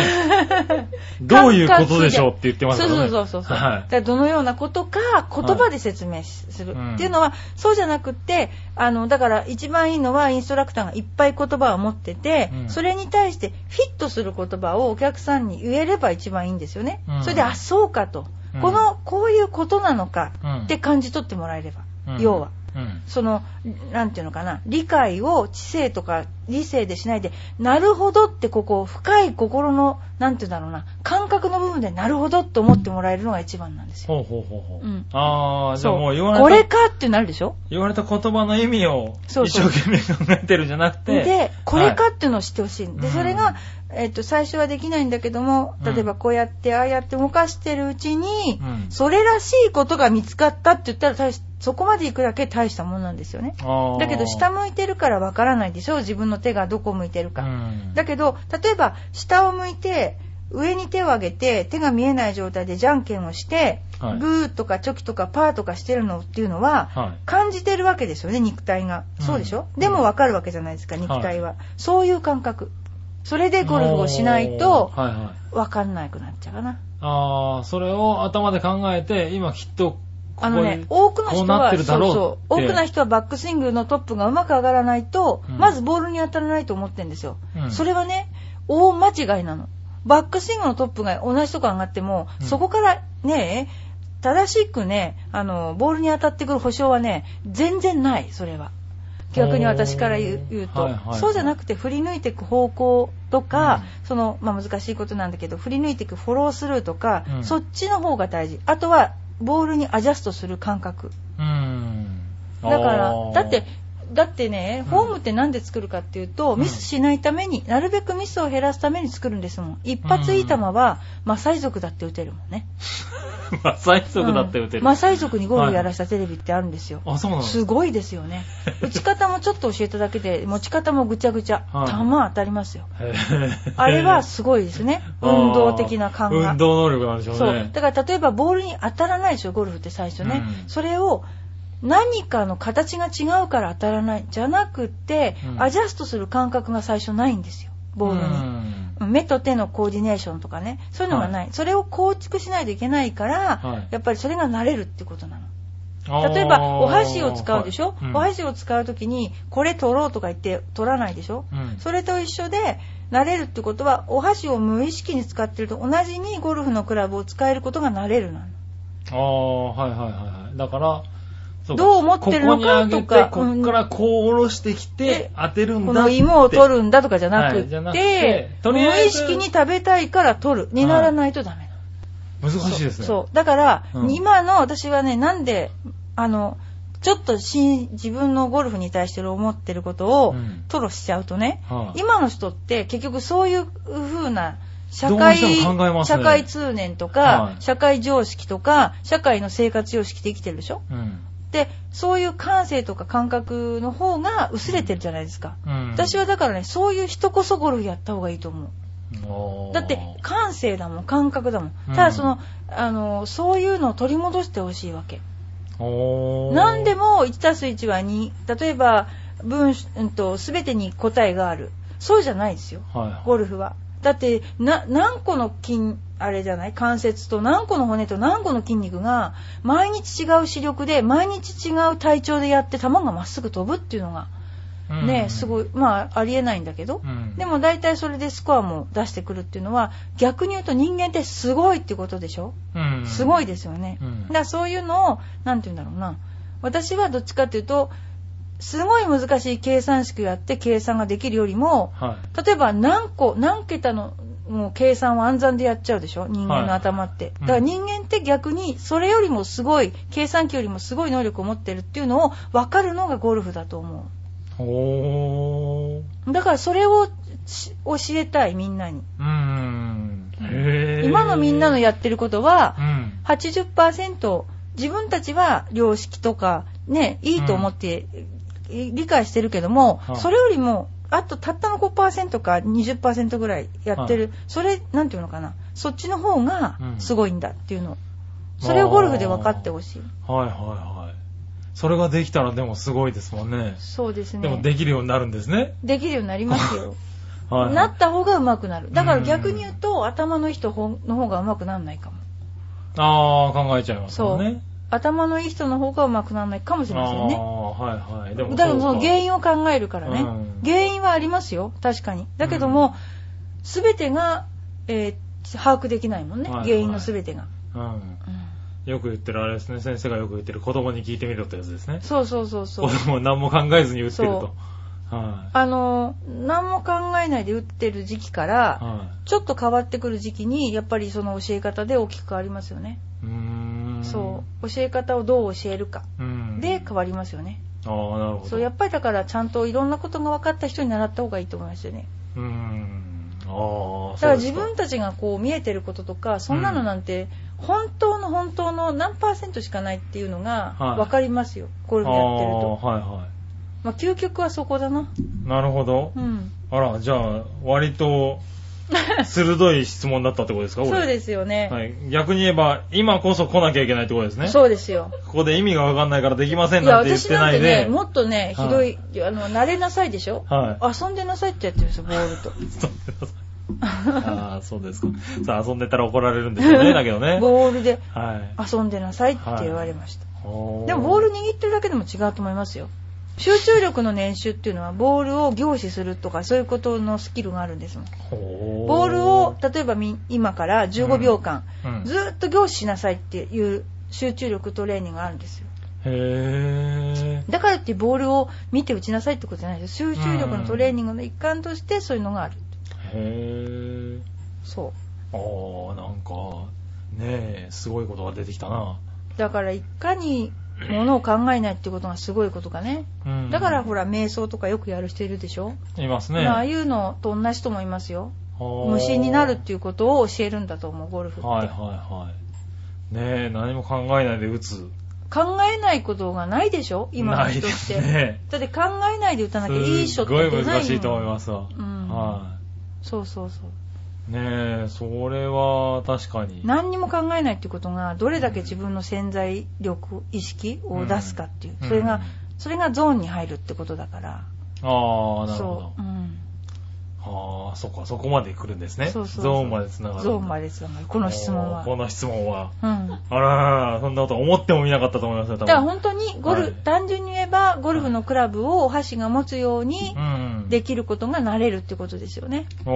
S2: どういうことでしょうって言ってますからね。
S1: そうそうそうそう。
S2: は
S1: だ
S2: い
S1: か。らどのようなことか言葉で説明する、
S2: はい
S1: っていうのは、そうじゃなくて、あのだから一番いいのはインストラクターがいっぱい言葉を持ってて、
S2: うん
S1: それに対してフィットする言葉をお客さんに言えれば一番いいんですよね、
S2: うん
S1: それであそうかと、
S2: うん
S1: このこういうことなのか
S2: うん
S1: って感じ取ってもらえれば、
S2: うん
S1: 要は。
S2: うん
S1: そのなんていうのかな理解を知性とか理性でしないでなるほどってここ深い心のなんていうんだろうな感覚の部分でなるほどと思ってもらえるのが一番なんですよ。
S2: ほうほうほうほ
S1: う
S2: う。
S1: ん
S2: ああ、じゃあ
S1: そう
S2: もう言われた
S1: これかってなるでしょ
S2: 言われた言葉の意味を
S1: そ
S2: 一
S1: う
S2: 生
S1: そう
S2: 懸命考えてるんじゃなくて。
S1: でこれ
S2: は
S1: か
S2: い
S1: っていうのを知ってほしい、
S2: う
S1: で
S2: ん
S1: それが、えっと最初はできないんだけども
S2: うん
S1: 例えばこうやってああやって動かしてるうちに、
S2: うん
S1: それらしいことが見つかったって言ったら大しそこまでいくだけ大したもんなんですよね
S2: あー
S1: だけど下向いてるからわからないでしょ自分の手がどこ向いてるか、
S2: うん
S1: だけど例えば下を向いて上に手を上げて手が見えない状態でじゃんけんをして、
S2: はい
S1: グーとかチョキとかパーとかしてるのっていうのは、
S2: はい
S1: 感じてるわけですよね肉体が、
S2: うん
S1: そうでしょでも分かるわけじゃないですか肉体は、そういう感覚それでゴルフをしないと
S2: おーはいはい。
S1: 分かんなくなっちゃうかな
S2: ああ、それを頭で考えて、今きっとここ
S1: あのね
S2: に
S1: 多くの人
S2: こうなっ
S1: は
S2: て
S1: そう
S2: るだろう
S1: そう多くの人はバックスイングのトップがうまく上がらないと、
S2: うん
S1: まずボールに当たらないと思ってるんですよ、
S2: うん
S1: それはね大間違いなのバックスイングのトップが同じとこ上がっても、
S2: うん
S1: そこからね正しくねあのボールに当たってくる保証はね全然ないそれは逆に私から言う
S2: おー
S1: 言うと、
S2: はいはいはい
S1: そうじゃなくて振り抜いていく方向とか、その、まあ、難しいことなんだけど振り抜いていくフォロースルーとか、
S2: うん
S1: そっちの方が大事あとはボールにアジャストする感覚
S2: うん。
S1: だから
S2: あー
S1: だって、だってね
S2: うん
S1: フォームってなんで作るかっていうと、
S2: うん
S1: ミスしないためになるべくミスを減らすために作るんですもん一発いい球は、マサイ族だって打てるもんね
S2: <laughs> まあ、最速だって打てる。
S1: うんマサイ族にゴールやらしたテレビってあるんですよ、
S2: あ、そうなの
S1: すごいですよ
S2: <laughs>
S1: ね打ち方もちょっと教えただけで持ち方もぐちゃぐちゃ、
S2: はい
S1: 球当たりますよ
S2: へー
S1: あれはすごいですね運動的な
S2: あ
S1: 感
S2: ー
S1: が
S2: 運動能力なんでしょう
S1: そう
S2: ね。
S1: だから例えばボールに当たらないでしょゴルフって最初ね、
S2: うん
S1: それを何かの形が違うから当たらないじゃなくて、
S2: うん
S1: アジャストする感覚が最初ないんですよボールに、
S2: うん
S1: 目と手のコーディネーションとかねそういうのがない、それを構築しないといけないから、
S2: はい
S1: やっぱりそれが慣れるってことなの
S2: あー
S1: 例えばお箸を使うでしょ、
S2: はいうん
S1: お箸を使う時にこれ取ろうとか言って取らないでしょ、
S2: うん
S1: それと一緒で慣れるってことはお箸を無意識に使ってると同じにゴルフのクラブを使えることが慣れるなの
S2: ああ、はいはいはいはい。だから、そか
S1: どう思ってるのかとか
S2: ここに上げて、こっからこう下ろしてきて、当てるんだ
S1: この芋を取るんだとかじゃな
S2: は
S1: く
S2: いじ
S1: て,、
S2: ゃなくてとりあ
S1: 無
S2: え
S1: 意
S2: ず
S1: 識に食べたいから取るにならないとダメなの、
S2: 難しいですね。
S1: そうだから、
S2: うん
S1: 今の私はねなんであのちょっとし自分のゴルフに対して思ってることを
S2: うん
S1: 吐露しちゃうとね、
S2: はい
S1: 今の人って結局そういう風な社
S2: どう
S1: 会、
S2: しても考えますね
S1: 社会通念とか、
S2: はい
S1: 社会常識とか、社会の生活様式で生きてるでしょ
S2: うん。
S1: で、そういう感性とか感覚の方が薄れてるじゃないですか。
S2: うん。
S1: 私はだからね、そういう人こそゴルフやった方がいいと思う。
S2: おー、
S1: だって感性だもん、感覚だもん。
S2: うん
S1: ただその、あの、そういうのを取り戻してほしいわけ。
S2: おー
S1: 何で、も1たす1は2。例えば、文、うんと、すべてに答えがある。そうじゃないですよ。
S2: はいはい、
S1: ゴルフは。だって、な、何個の筋、あれじゃない関節と何個の骨と何個の筋肉が、毎日違う視力で、毎日違う体調でやって、球がまっすぐ飛ぶっていうのが、ね、す
S2: い。
S1: ごい、まあ、ありえないんだけど
S2: う、ん、
S1: で、も大体それでスコアも出してくるっていうのは、逆に言うと人間ってすごいってことでしょ
S2: うん、
S1: すごいですよね。
S2: うん
S1: だからそういうのを、なんて言うんだろうな。私はどっちかっていうと、すごい難しい計算式をやって計算ができるよりも、
S2: は
S1: 例えば何個、何桁のもう計算を暗算でやっちゃうでしょ人間の頭って。
S2: う
S1: だ
S2: ん
S1: から人間って逆に、それよりもすごい、計算機よりもすごい能力を持ってるっていうのを分かるのがゴルフだと思
S2: い。おー。
S1: う。だからそれをし教えたい、みんなに。
S2: うん。へー
S1: 今のみんなのやってることは
S2: う、ん。
S1: 80%自分たちは良識とかねいいと思ってい理解してるけども、
S2: はい
S1: それよりもあとたったの5%か20%ぐらいやってる、それなんていうのかなそっちの方が
S2: うん
S1: すごいんだっていうの、それをゴルフで分かってほしい
S2: はいはいはい。それができたらでもすごいですもんね。
S1: そうですね
S2: でもできるようになるんですね。
S1: できるようになります <laughs> よ
S2: <laughs> はいはい。
S1: なった方が上手くなるだから逆に言うと頭の人の方が上手くならないかも
S2: ああ、考えちゃいますもんね。
S1: 頭のいい人の方がうまくならないかもしれません
S2: あ
S1: ね。
S2: あ、はいはい。でも
S1: だからその原
S2: 因
S1: 因を考えるからね。
S2: うん
S1: 原因はありますよ、確かに。だけども、すべ、てが、えー把握できないもんね、
S2: はいはい
S1: 原因のすべてが、
S2: うん。
S1: うん
S2: よく言ってるあれですね、先生がよく言ってる子供に聞いてみろってやつですね。
S1: そうそうそうそ
S2: <laughs> 子
S1: う。
S2: 供は何も考えずに打ってる
S1: そ
S2: と。はい。
S1: あのー、何も考えないで打ってる時期から、
S2: は
S1: ちょっと変わってくる時期に、やっぱりその教え方で大きく変わりますよね。
S2: い。うーん。
S1: そう。教え方をどう教えるか。
S2: うん。
S1: で変わりますよね。
S2: ああ、なるほど。
S1: そう、やっぱりだからちゃんといろんなことが分かった人に習った方がいいと思いますよね。
S2: うーん。
S1: だ
S2: ああ、
S1: から
S2: そうです
S1: 自分たちがこう見えてることとか、そんなのなんて、本当の本当の何パーセントしかないっていうのが
S2: はい
S1: 分かりますよ。ゴルフやってると。
S2: ああ、はいは
S1: まあ、究極はそこだな。
S2: い。なるほど
S1: う。ん。
S2: あら、じゃあ、割と、鋭い質問だったってことですか
S1: <laughs> そう
S2: す。
S1: ですよね。
S2: はい。逆に言えば、今こそ来なきゃいけないってことですね。
S1: そうですよ。
S2: ここで意味がわかんないからできません
S1: いや、
S2: なんて言っ
S1: 私
S2: て
S1: な
S2: なん
S1: て
S2: い
S1: ね、
S2: で。
S1: もっとね、ひどい、あの、慣れなさいでしょ
S2: はい。 <laughs>
S1: 遊んでなさいってやってるんですよ、ボールと。
S2: そうああ、そうですか。さあ、遊んでたら怒られるんです
S1: <laughs>
S2: よね、だけどね。
S1: ボールで
S2: はい。
S1: 遊んでなさいって言われました。
S2: お
S1: でもボール握ってるだけでも違うと思いますよ。集中力の練習っていうのはボールを凝視するとかそういうことのスキルがあるんですもん。
S2: お
S1: ボールを、例えばみ今から15秒間、
S2: うん
S1: ずーっと凝視しなさいっていう集中力トレーニングがあるんですよ。
S2: へ
S1: だからってボールを見て打ちなさいってことじゃないですよ。集中力のトレーニングの一環としてそういうのがある。
S2: ぇー。へぇー。
S1: そ
S2: あー、なんか、ねえ、すごいことが出てきたな。
S1: う。だからいかにものを考えないってことがすごいことかね。
S2: うん。
S1: だから、ほら、瞑想とかよくやる人いるでしょ、
S2: いますね。
S1: まあああいうのと同じ人もいますよ。
S2: おー
S1: 無心になるっていうことを教えるんだと思う、ゴルフって。
S2: はいはいはい。ねえ、何も考えないで打つ。
S1: 考えないことがないでしょ今
S2: な
S1: の
S2: い
S1: 人
S2: で
S1: っ
S2: す
S1: て。
S2: ね。
S1: だって考えないで打たなきゃいいショッ
S2: すご
S1: ト
S2: い
S1: ってない
S2: 難しいと思いますわ。
S1: うん
S2: は
S1: そうそうそう。
S2: い。ねえ、それは確かに。
S1: 何にも考えないっていうことが、どれだけ自分の潜在力、意識を出すかっていう。
S2: うん
S1: それが、それがゾーンに入るってことだから。
S2: ああ、なるほ
S1: そ
S2: ど
S1: う。。うん。
S2: ああ、そっか、そこまで来るんですね。
S1: そうそうそう
S2: ゾーンまで繋がる。
S1: ゾーンまでつながる。この質問
S2: お
S1: は
S2: ー。この質問は。
S1: うん。
S2: あらららら、そんなこと思ってもみなかったと思いますよ、
S1: だ
S2: 多分。
S1: から本当にゴル、
S2: はい
S1: 単純に言えば、ゴルフのクラブをお箸が持つように
S2: うん。
S1: できることが慣れるってことですよね。
S2: お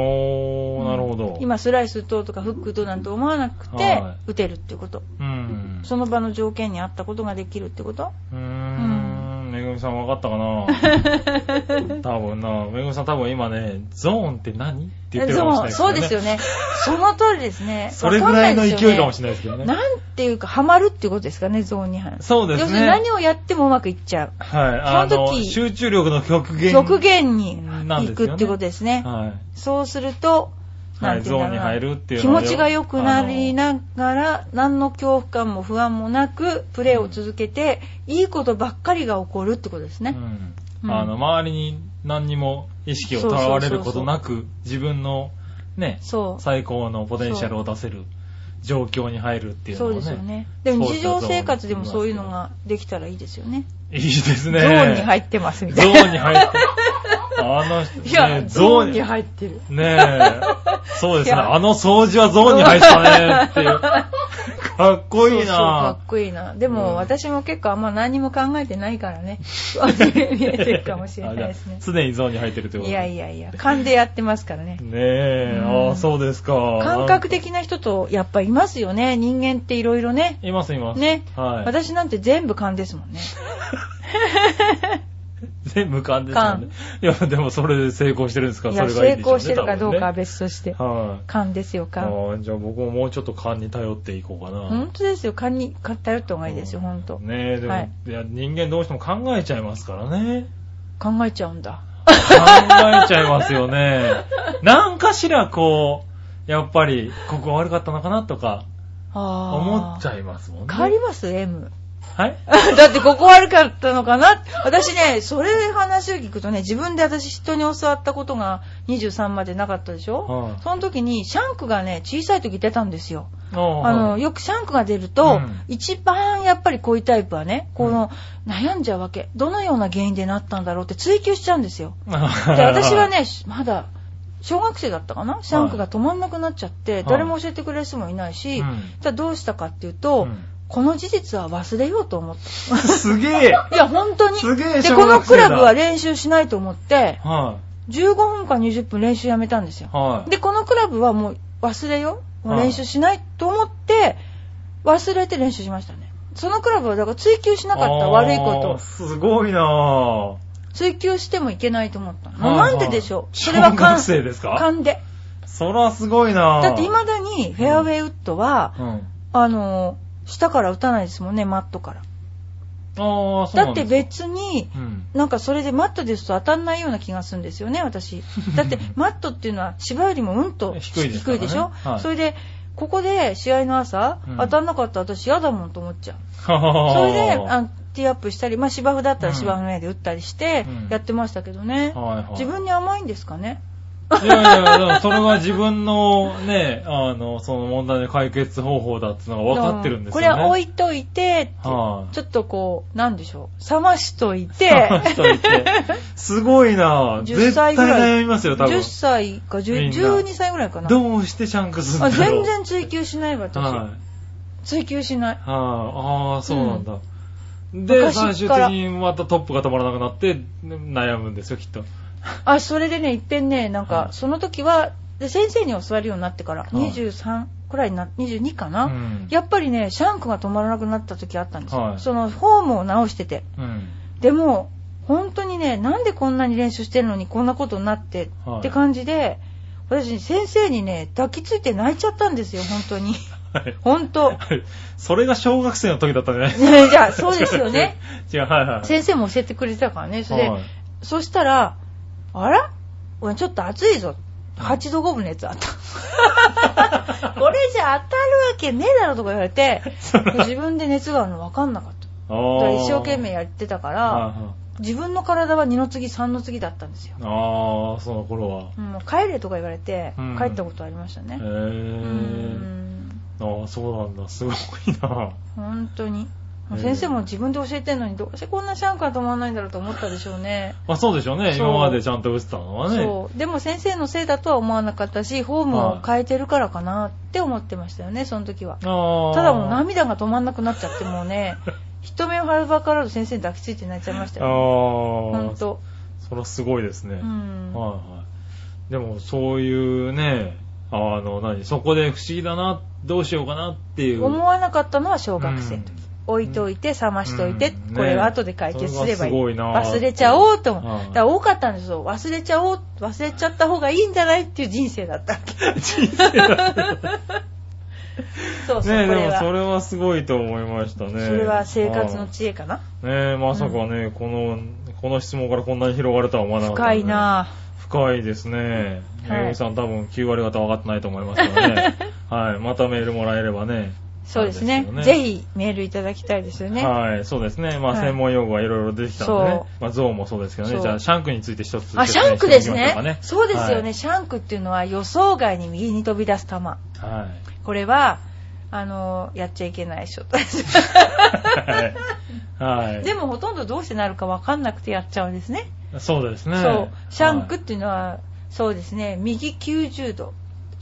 S2: ー、なるほど。
S1: 今スライス打とうとかフック打とうなんて思わなくて
S2: は、
S1: 打てるってこと。
S2: うん。
S1: その場の条件に合ったことができるってこと
S2: うーん。めぐみさん分かった
S1: <laughs>
S2: かな多分な。めぐみさん多分今ね、ゾーンって何って言ってるかもしれない
S1: そうそうですよ
S2: ね。
S1: ね。
S2: <laughs>
S1: その通りですね。
S2: それぐらいの勢いかも
S1: し
S2: しれないですけどね。
S1: なんていうか、ハマるっていうことですかね、ゾーンに入る。
S2: そうですね
S1: 要するに何をやってもうまくいっちゃう。
S2: はい。あ
S1: その
S2: の、
S1: 時
S2: 集中力の極限。
S1: 極限に
S2: な
S1: 行
S2: んですよね
S1: くってことですね。
S2: はい。
S1: そうすると、
S2: はい
S1: なんていうんだろうな
S2: ゾーンに入るっていう
S1: 気
S2: のは
S1: 持ちが良くなりながら、何の恐怖感も不安もなく、プレーを続けて、いいことばっかりが起こるってことですね。う
S2: う、
S1: んん
S2: あの周りに何にも意識をとらわれることなく自分のね
S1: そう。
S2: 最高のポテンシャルを出せる状況に入るっていう
S1: そう
S2: のもね
S1: ですよね。でも日常生活でもそういうのができたらいいですよね。
S2: いいですね
S1: ゾーンに入ってますみ
S2: ゾ
S1: たい
S2: ー
S1: な。
S2: ンに入ってあの人、ね、
S1: <laughs> いや、ゾーンに入ってる。
S2: ねえそうです
S1: い
S2: ね
S1: や
S2: あの掃除はゾーンに入ったねって
S1: <laughs>
S2: いうかっこいい
S1: そうそうか
S2: な
S1: っこいいな。で
S2: うん
S1: も私も結構あんま何も考えてないから
S2: <laughs>
S1: ね。そう見えてるかもしれないですね
S2: あ。じゃあ常にゾーンに入ってるってこと
S1: い
S2: い
S1: やいやいや、勘でやってますからね。
S2: ねえ、ああそうですか
S1: 感覚的な人とやっぱいますよね。人間っていろいろね。
S2: いますいます
S1: ね、
S2: はい
S1: 私なんて全部勘ですもんね。
S2: 全部勘ですよね。いや、でもそれで成功してるんですから、
S1: い
S2: そ
S1: や、成
S2: れがいいでしょ
S1: 功
S2: うね。
S1: してるかどうかは
S2: 多分ね
S1: 別として。
S2: はい。
S1: 勘ですよ、
S2: あ
S1: 勘。
S2: ーじゃあ僕ももうちょっと勘に頼っていこうかな。
S1: 本当ですよ、勘に勘頼った方がいいですよ、
S2: うん
S1: 本当。
S2: ねえ、でも、
S1: はい
S2: い、や人間どうしても考えちゃいますから
S1: <laughs>
S2: ね。
S1: 考えちゃうんだ。
S2: 考えちゃいますよね。なんかしらこう、やっぱり、ここ悪かったのかなとか、
S1: あ
S2: 思っち
S1: う。
S2: ゃいますもんね。
S1: 変わります ?M。 <laughs>
S2: はい
S1: だってここ悪かったのかな私ね、それ話を聞くとね、自分で私人に教わったことが23までなかったでしょ、
S2: はい
S1: その時にシャンクがね、小さい時出たんですよ。
S2: あー
S1: あの、
S2: はい
S1: よくシャンクが出ると、
S2: うん
S1: 一番やっぱりこういうタイプはね、この、悩んじゃうわけ。どのような原因でなったんだろうって追求しちゃうんです
S2: <laughs>
S1: よ。で、私は、ね、まだ、小学生だったかなシャンクが止まんなくなっちゃって、
S2: い
S1: 誰も教えてくれる人もいないし、
S2: <laughs> うん
S1: じゃあどうしたかっていうと、
S2: うん
S1: この事実は忘れようと思った。
S2: すげえ
S1: いや、本当に。
S2: すげえ
S1: で、
S2: 小
S1: この
S2: 学
S1: ク
S2: 生だ
S1: ラブは練習しないと思って、
S2: は
S1: 15分か20分練習やめたんですよ
S2: い。。はい。
S1: で、このクラブはもう忘れよう。もう
S2: はい
S1: 練習しないと思って、忘れて練習しましたね。そのクラブはだから追求しなかった、
S2: あー
S1: 悪いこと。
S2: すごいなぁ。
S1: 追求してもいけないと思った。もう
S2: はいはい
S1: なんででしょう。それは勘。
S2: 小学生ですか
S1: 勘で。
S2: そらすごいなぁ。
S1: だって未だにフェアウェイウッドは、
S2: うん。
S1: あのー、下から打たないですもんね、マットから。
S2: ああ、そう
S1: だ
S2: なん
S1: って
S2: ですか
S1: 別に、
S2: うん。
S1: なんかそれでマットですと当たんないような気がするんですよね、私。だ
S2: <laughs>
S1: ってマットっていうのは芝よりもうんと
S2: 低いですからね
S1: しょ、
S2: はい
S1: それで、ここで試合の朝、
S2: うん
S1: 当たんなかったら私嫌だもんと思っちゃう。
S2: ははは
S1: それで、
S2: <laughs> は
S1: あのティーアップしたり、まあ芝生だったら
S2: うん
S1: 芝生の上で打ったりして
S2: うん、
S1: やってましたけどね。
S2: はいはい。
S1: 自分に甘いんですかね。
S2: いやいや、でもそれは自分の
S1: <laughs>
S2: ね、あの、その問題の解決方法だってのが分かってるんですよね。
S1: これは置いといて、
S2: はい
S1: ちょっとこう、なんでしょう。冷ましといて、
S2: 話 <laughs> しといて。
S1: <laughs>
S2: すごいなぁ。
S1: 10
S2: 絶
S1: 歳
S2: 対
S1: ぐらい
S2: 悩みますよ、多分
S1: 10。歳か10
S2: みんな
S1: 12歳ぐらいかな。
S2: どうしてシャンクする
S1: あ
S2: んだろ
S1: 全
S2: う。
S1: 然追求しないわ、私。
S2: はい。
S1: 追求しない。
S2: はあ、ああ、そうなんだ。
S1: 昔っから
S2: で、最終的にまたトップが止まらなくなって、ね悩むんですよ、きっと。
S1: あ、それでね、いっぺんね、なんか
S2: は、い
S1: その時は、で、先生に教わるようになってから、
S2: い
S1: 23くらいにな、22かな、
S2: うん
S1: やっぱりね、シャンクが止まらなくなった時あったんですよ。
S2: はい
S1: その、フォームを直してて。
S2: うん。
S1: でも、本当にね、なんでこんなに練習してるのにこんなことになって、
S2: はい
S1: って感じで、私、先生にね、抱きついて泣いちゃったんですよ、本当に。
S2: はい。
S1: 本
S2: <laughs>
S1: 当。
S2: はいそれが小学生の時だったんじゃない
S1: ねじゃあ、そうですよね。。
S2: <laughs> 違う、はいはい。
S1: 先生も教えてくれてたからね。それで、
S2: はい
S1: そしたら、あら俺ちょっと暑いぞ。8度5分のやつあ
S2: <laughs>
S1: った。これじゃ当たるわけねえだろとか言われて、
S2: <laughs>
S1: 自分で熱があるの分かんなかった。だか
S2: あ
S1: ら
S2: ー
S1: <laughs> 一生懸命やってたか
S2: はい
S1: ら、
S2: はい
S1: 自分の体は二の次、三の次だったんですよ。
S2: ああ、その頃は。
S1: うんもう帰れとか言われて
S2: うん、
S1: 帰ったことありました
S2: へ
S1: ね。う
S2: え。
S1: ん
S2: ああ、そうなんだ。すごいな。
S1: 本当に。もう
S2: へえ
S1: 先生も自分で教えてんのに、どうしてこんなシャンクは止まらないんだろうと思ったでしょうね。
S2: まあそうでしょうね。
S1: そう
S2: 今までちゃんと打ってたのはね。
S1: そう。でも先生のせいだとは思わなかったし、フォームを変えてるからかなって思ってましたよね、その時は。
S2: ああ。
S1: ただもう涙が止まんなくなっちゃって、もう
S2: <laughs>
S1: ね、人目をはばからず先生に抱きついて泣いちゃいました
S2: ああ
S1: よ。。ほんと。
S2: そらすごいですね。
S1: うん。
S2: はいはい。でもそういうね、あの、何、そこで不思議だな、どうしようかなっていう。
S1: 思わなかったのは小学生の時
S2: うん。
S1: 置いといて、冷ましといて、
S2: うん
S1: これは
S2: ね
S1: 後で解決すればいい。
S2: それがすごいな
S1: 忘れちゃおうと思う。
S2: うん
S1: だから多かったんですよ。忘れちゃおう、忘れちゃった方がいいんじゃないっていう人生だったわけ。
S2: 人生だね。
S1: <laughs> そうそう、
S2: ね
S1: こ
S2: で
S1: れ
S2: も
S1: は。
S2: それはすごいと思いましたね。
S1: それは生活
S2: は
S1: の
S2: い
S1: 知恵かな。
S2: ねえ、まさかね、この、この質問からこんなに広がるとは思わなかった、
S1: 深いなぁ。
S2: 深いですね。
S1: はい
S2: めぐみさん多分9割方分かってないと思いますから
S1: <laughs>
S2: ね。はい。またメールもらえればね。
S1: そうですね
S2: なん。ですよ
S1: ぜひメールいただきたいですよね。
S2: はい。そうですね。まあ、
S1: はい
S2: 専門用語がいろいろ出てきたんで
S1: そ
S2: ね
S1: う。
S2: まあ、ゾウもそうですけど
S1: そ
S2: ね。
S1: う
S2: じゃあ、シャンクについて一つ。
S1: あ、シャンクです
S2: 説明して
S1: ね
S2: おきましょか
S1: そうですよね、。シャンクっていうのは予想外に右に飛び出す球。
S2: は
S1: これは、あのやっちゃいけないショットです。
S2: い。はい。はい
S1: <laughs> でもほとんどどうしてなるかわかんなくてやっちゃうんですね。
S2: そうですね。
S1: そう。シャンクっ
S2: は
S1: ていうのは、そうですね、右90度。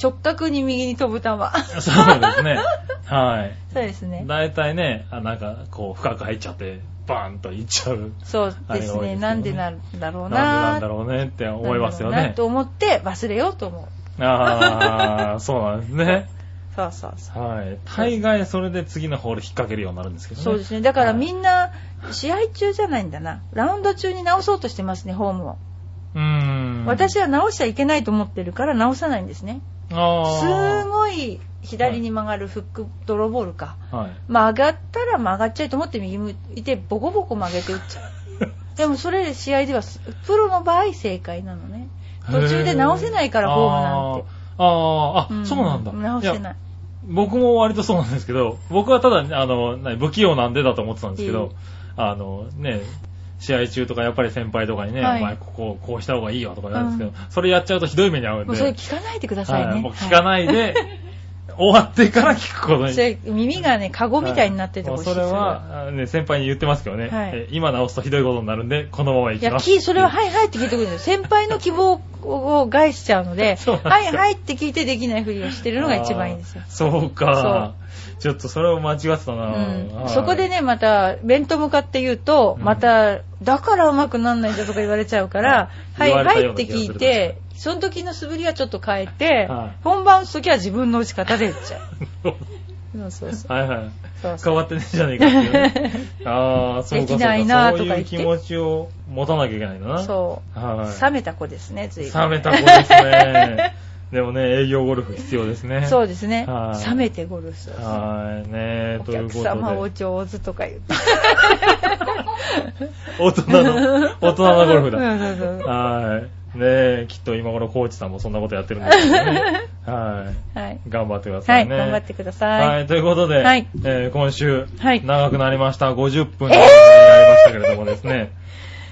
S1: 直角に右に飛ぶ球。
S2: いそうですね。はい。
S1: そうです <laughs> ね。
S2: だいたいね、あなんか、こう、深く入っちゃって、バーンといっちゃう。
S1: そうで
S2: あれ
S1: す
S2: が多
S1: ね。
S2: いですよね
S1: なんでなんだろうな
S2: な
S1: ん
S2: でなんだろうねって思いますよ
S1: なんだろうな
S2: ね。
S1: と思って忘れようと思う。
S2: ああ、そうなんですね。
S1: そうそうそう。
S2: はい。大概それで次のホール引っ掛けるようになるんですけどね。
S1: そうですね。だから
S2: はい
S1: みんな、試合中じゃないんだな。ラウンド中に直そうとしてますね、ホームを。
S2: うーん。
S1: 私は直しちゃいけないと思ってるから直さないんですね。す
S2: あ
S1: ごい左に曲がるフック、ドローボールか。
S2: あ。はい。
S1: 曲がったら曲がっちゃいと思って右向いて、ボコボコ曲げて打っちゃ
S2: <laughs>
S1: う。でもそれで試合では、プロの場合正解なのね。途中で直せないから、ホームなんて。
S2: あーあー、あ、
S1: ん
S2: そうなんだ。
S1: 直せない
S2: や。僕も割とそうなんですけど、僕はただ、あの、何不器用なんでだと思ってたんですけど、あの、ね、試合中とかやっぱり先輩とかにね、
S1: はい
S2: お前こここうした方がいいよとか言うんですけど、それやっちゃうとひどい目に遭うんで。
S1: もうそれ聞かないでくださいね。
S2: はいもう聞かな
S1: <laughs>
S2: いで、終わってから聞くこと
S1: はい
S2: に。
S1: それ耳がね、カゴみたいになっててほしい。
S2: もうそれは、あね、先輩に言ってますけどね、
S1: はい
S2: え今直すとひどいことになるんで、このまま行
S1: い
S2: き
S1: や、
S2: ます。
S1: きそれは、はいはいって聞いてくるんですよ。先輩の希望を害しちゃうので、
S2: そうなん
S1: は
S2: です
S1: い
S2: よ
S1: はいって聞いてできないふりをしてるのが一番いいんですよ
S2: あー。そうか。ちょっとそれを間違ってたな、
S1: う
S2: は
S1: ん、
S2: い
S1: そこでね、また、面と向かって言うと、
S2: うん
S1: また、だからうまくなんないんだとか言われちゃうから、
S2: は
S1: はいい、
S2: 言われ
S1: は
S2: た
S1: い
S2: よ
S1: っ
S2: うな
S1: て
S2: 気がする
S1: 聞いて、その時の素振りはちょっと変えて
S2: は、
S1: 本番打つ時は自分の打ち方で打っちゃう。そうそうそう。
S2: <laughs> はいはい
S1: そうそう
S2: 変わってねえじゃねえかっていう
S1: <laughs>
S2: ねああそうかそう
S1: でき
S2: か
S1: ないなと
S2: そ
S1: か言
S2: ういう
S1: って
S2: 気持ちを持たなきゃいけないんだな
S1: そう
S2: はい
S1: 冷めた子ですね、つい
S2: 冷めた子ですねでもね営業ゴルフ必要ですね
S1: そうですね
S2: はい。
S1: 冷めてゴルフする。
S2: はいね
S1: お
S2: という
S1: 客
S2: こと
S1: 様お
S2: で
S1: 上手とか言って。
S2: 大人の大人のゴルフだ
S1: うんそうそうそ
S2: はい。ねえ、きっと今頃コーチさんもそんなことやってるんですけどね。は
S1: うはい。
S2: い。頑張ってくださ
S1: はいい、
S2: ね。
S1: 頑張ってくだ
S2: は
S1: さい。
S2: い、ということで、
S1: はい
S2: えー今週、
S1: はい
S2: 長くなりました。50分になりましたけれどもですね。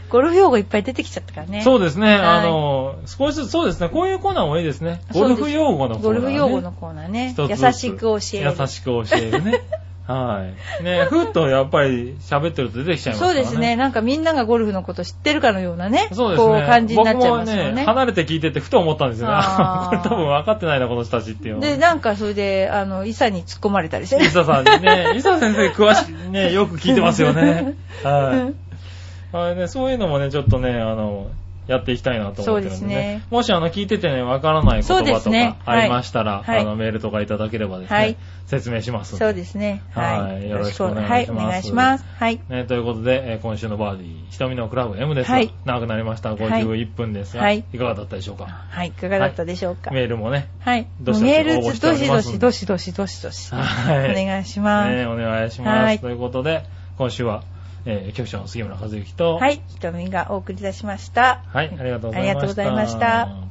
S1: ゴルフ用語いっぱい出てきちゃったからね。
S2: そうですね、
S1: はい
S2: あの、少しずつそうですね、こういうコーナーもいいですね。ゴルフ用語のコーナー、ね。
S1: ゴルフ用語のコーナーね。
S2: 一つずつ
S1: 優しく教える。
S2: 優しく教えるね。はい。ねふっとやっぱり喋ってると出てきちゃいますか
S1: そ
S2: ら
S1: う
S2: ね。
S1: ですね。。なんかみんながゴルフのこと知ってるかのようなね。
S2: そうですね。
S1: こう感じになっちゃいますよ
S2: 僕もね、
S1: ね。
S2: 離れて聞いててふと思ったんですよね。
S1: あ
S2: <laughs> これ
S1: ー
S2: 多分分かってないな、この人たちっていうのは
S1: で、なんかそれで、あの、イサに突っ込まれたりして
S2: 伊。佐さんにね、伊佐先生詳しく
S1: <laughs>
S2: ね、よく聞いてますよね。はい。あれね、そういうのもね、ちょっとね、あの、やっていきたいなと思ってるんでね。
S1: そうですね
S2: もしあの、聞いててね、わからない言
S1: そうで
S2: 葉
S1: す
S2: と
S1: ね
S2: かありましたら、
S1: はい
S2: あの、メールとかいただければですね、
S1: はい
S2: 説明しますんで。
S1: そうですね。
S2: はいよろしくお願いしま
S1: は
S2: す
S1: い、お願いします。はい。
S2: ね、ということで、えー今週のバーディー、瞳のクラブ M ですが、
S1: はい
S2: 長くなりました。51分ですが、
S1: はいい、
S2: かがだったでしょうか。
S1: はい、いかがだったでしょうか。
S2: メールもね。
S1: はい。
S2: どしどし
S1: メール、
S2: 応募
S1: ど
S2: し
S1: して
S2: おりま
S1: ど
S2: す
S1: しどしどしどしどし。
S2: はい。
S1: お願いします。
S2: ね、お願いします。
S1: はい
S2: ということで、今週は、えー、局長の杉村和之と、
S1: はい、ひとみがお送りいたしました。
S2: はい、ありがとうございました。
S1: ありがとうございました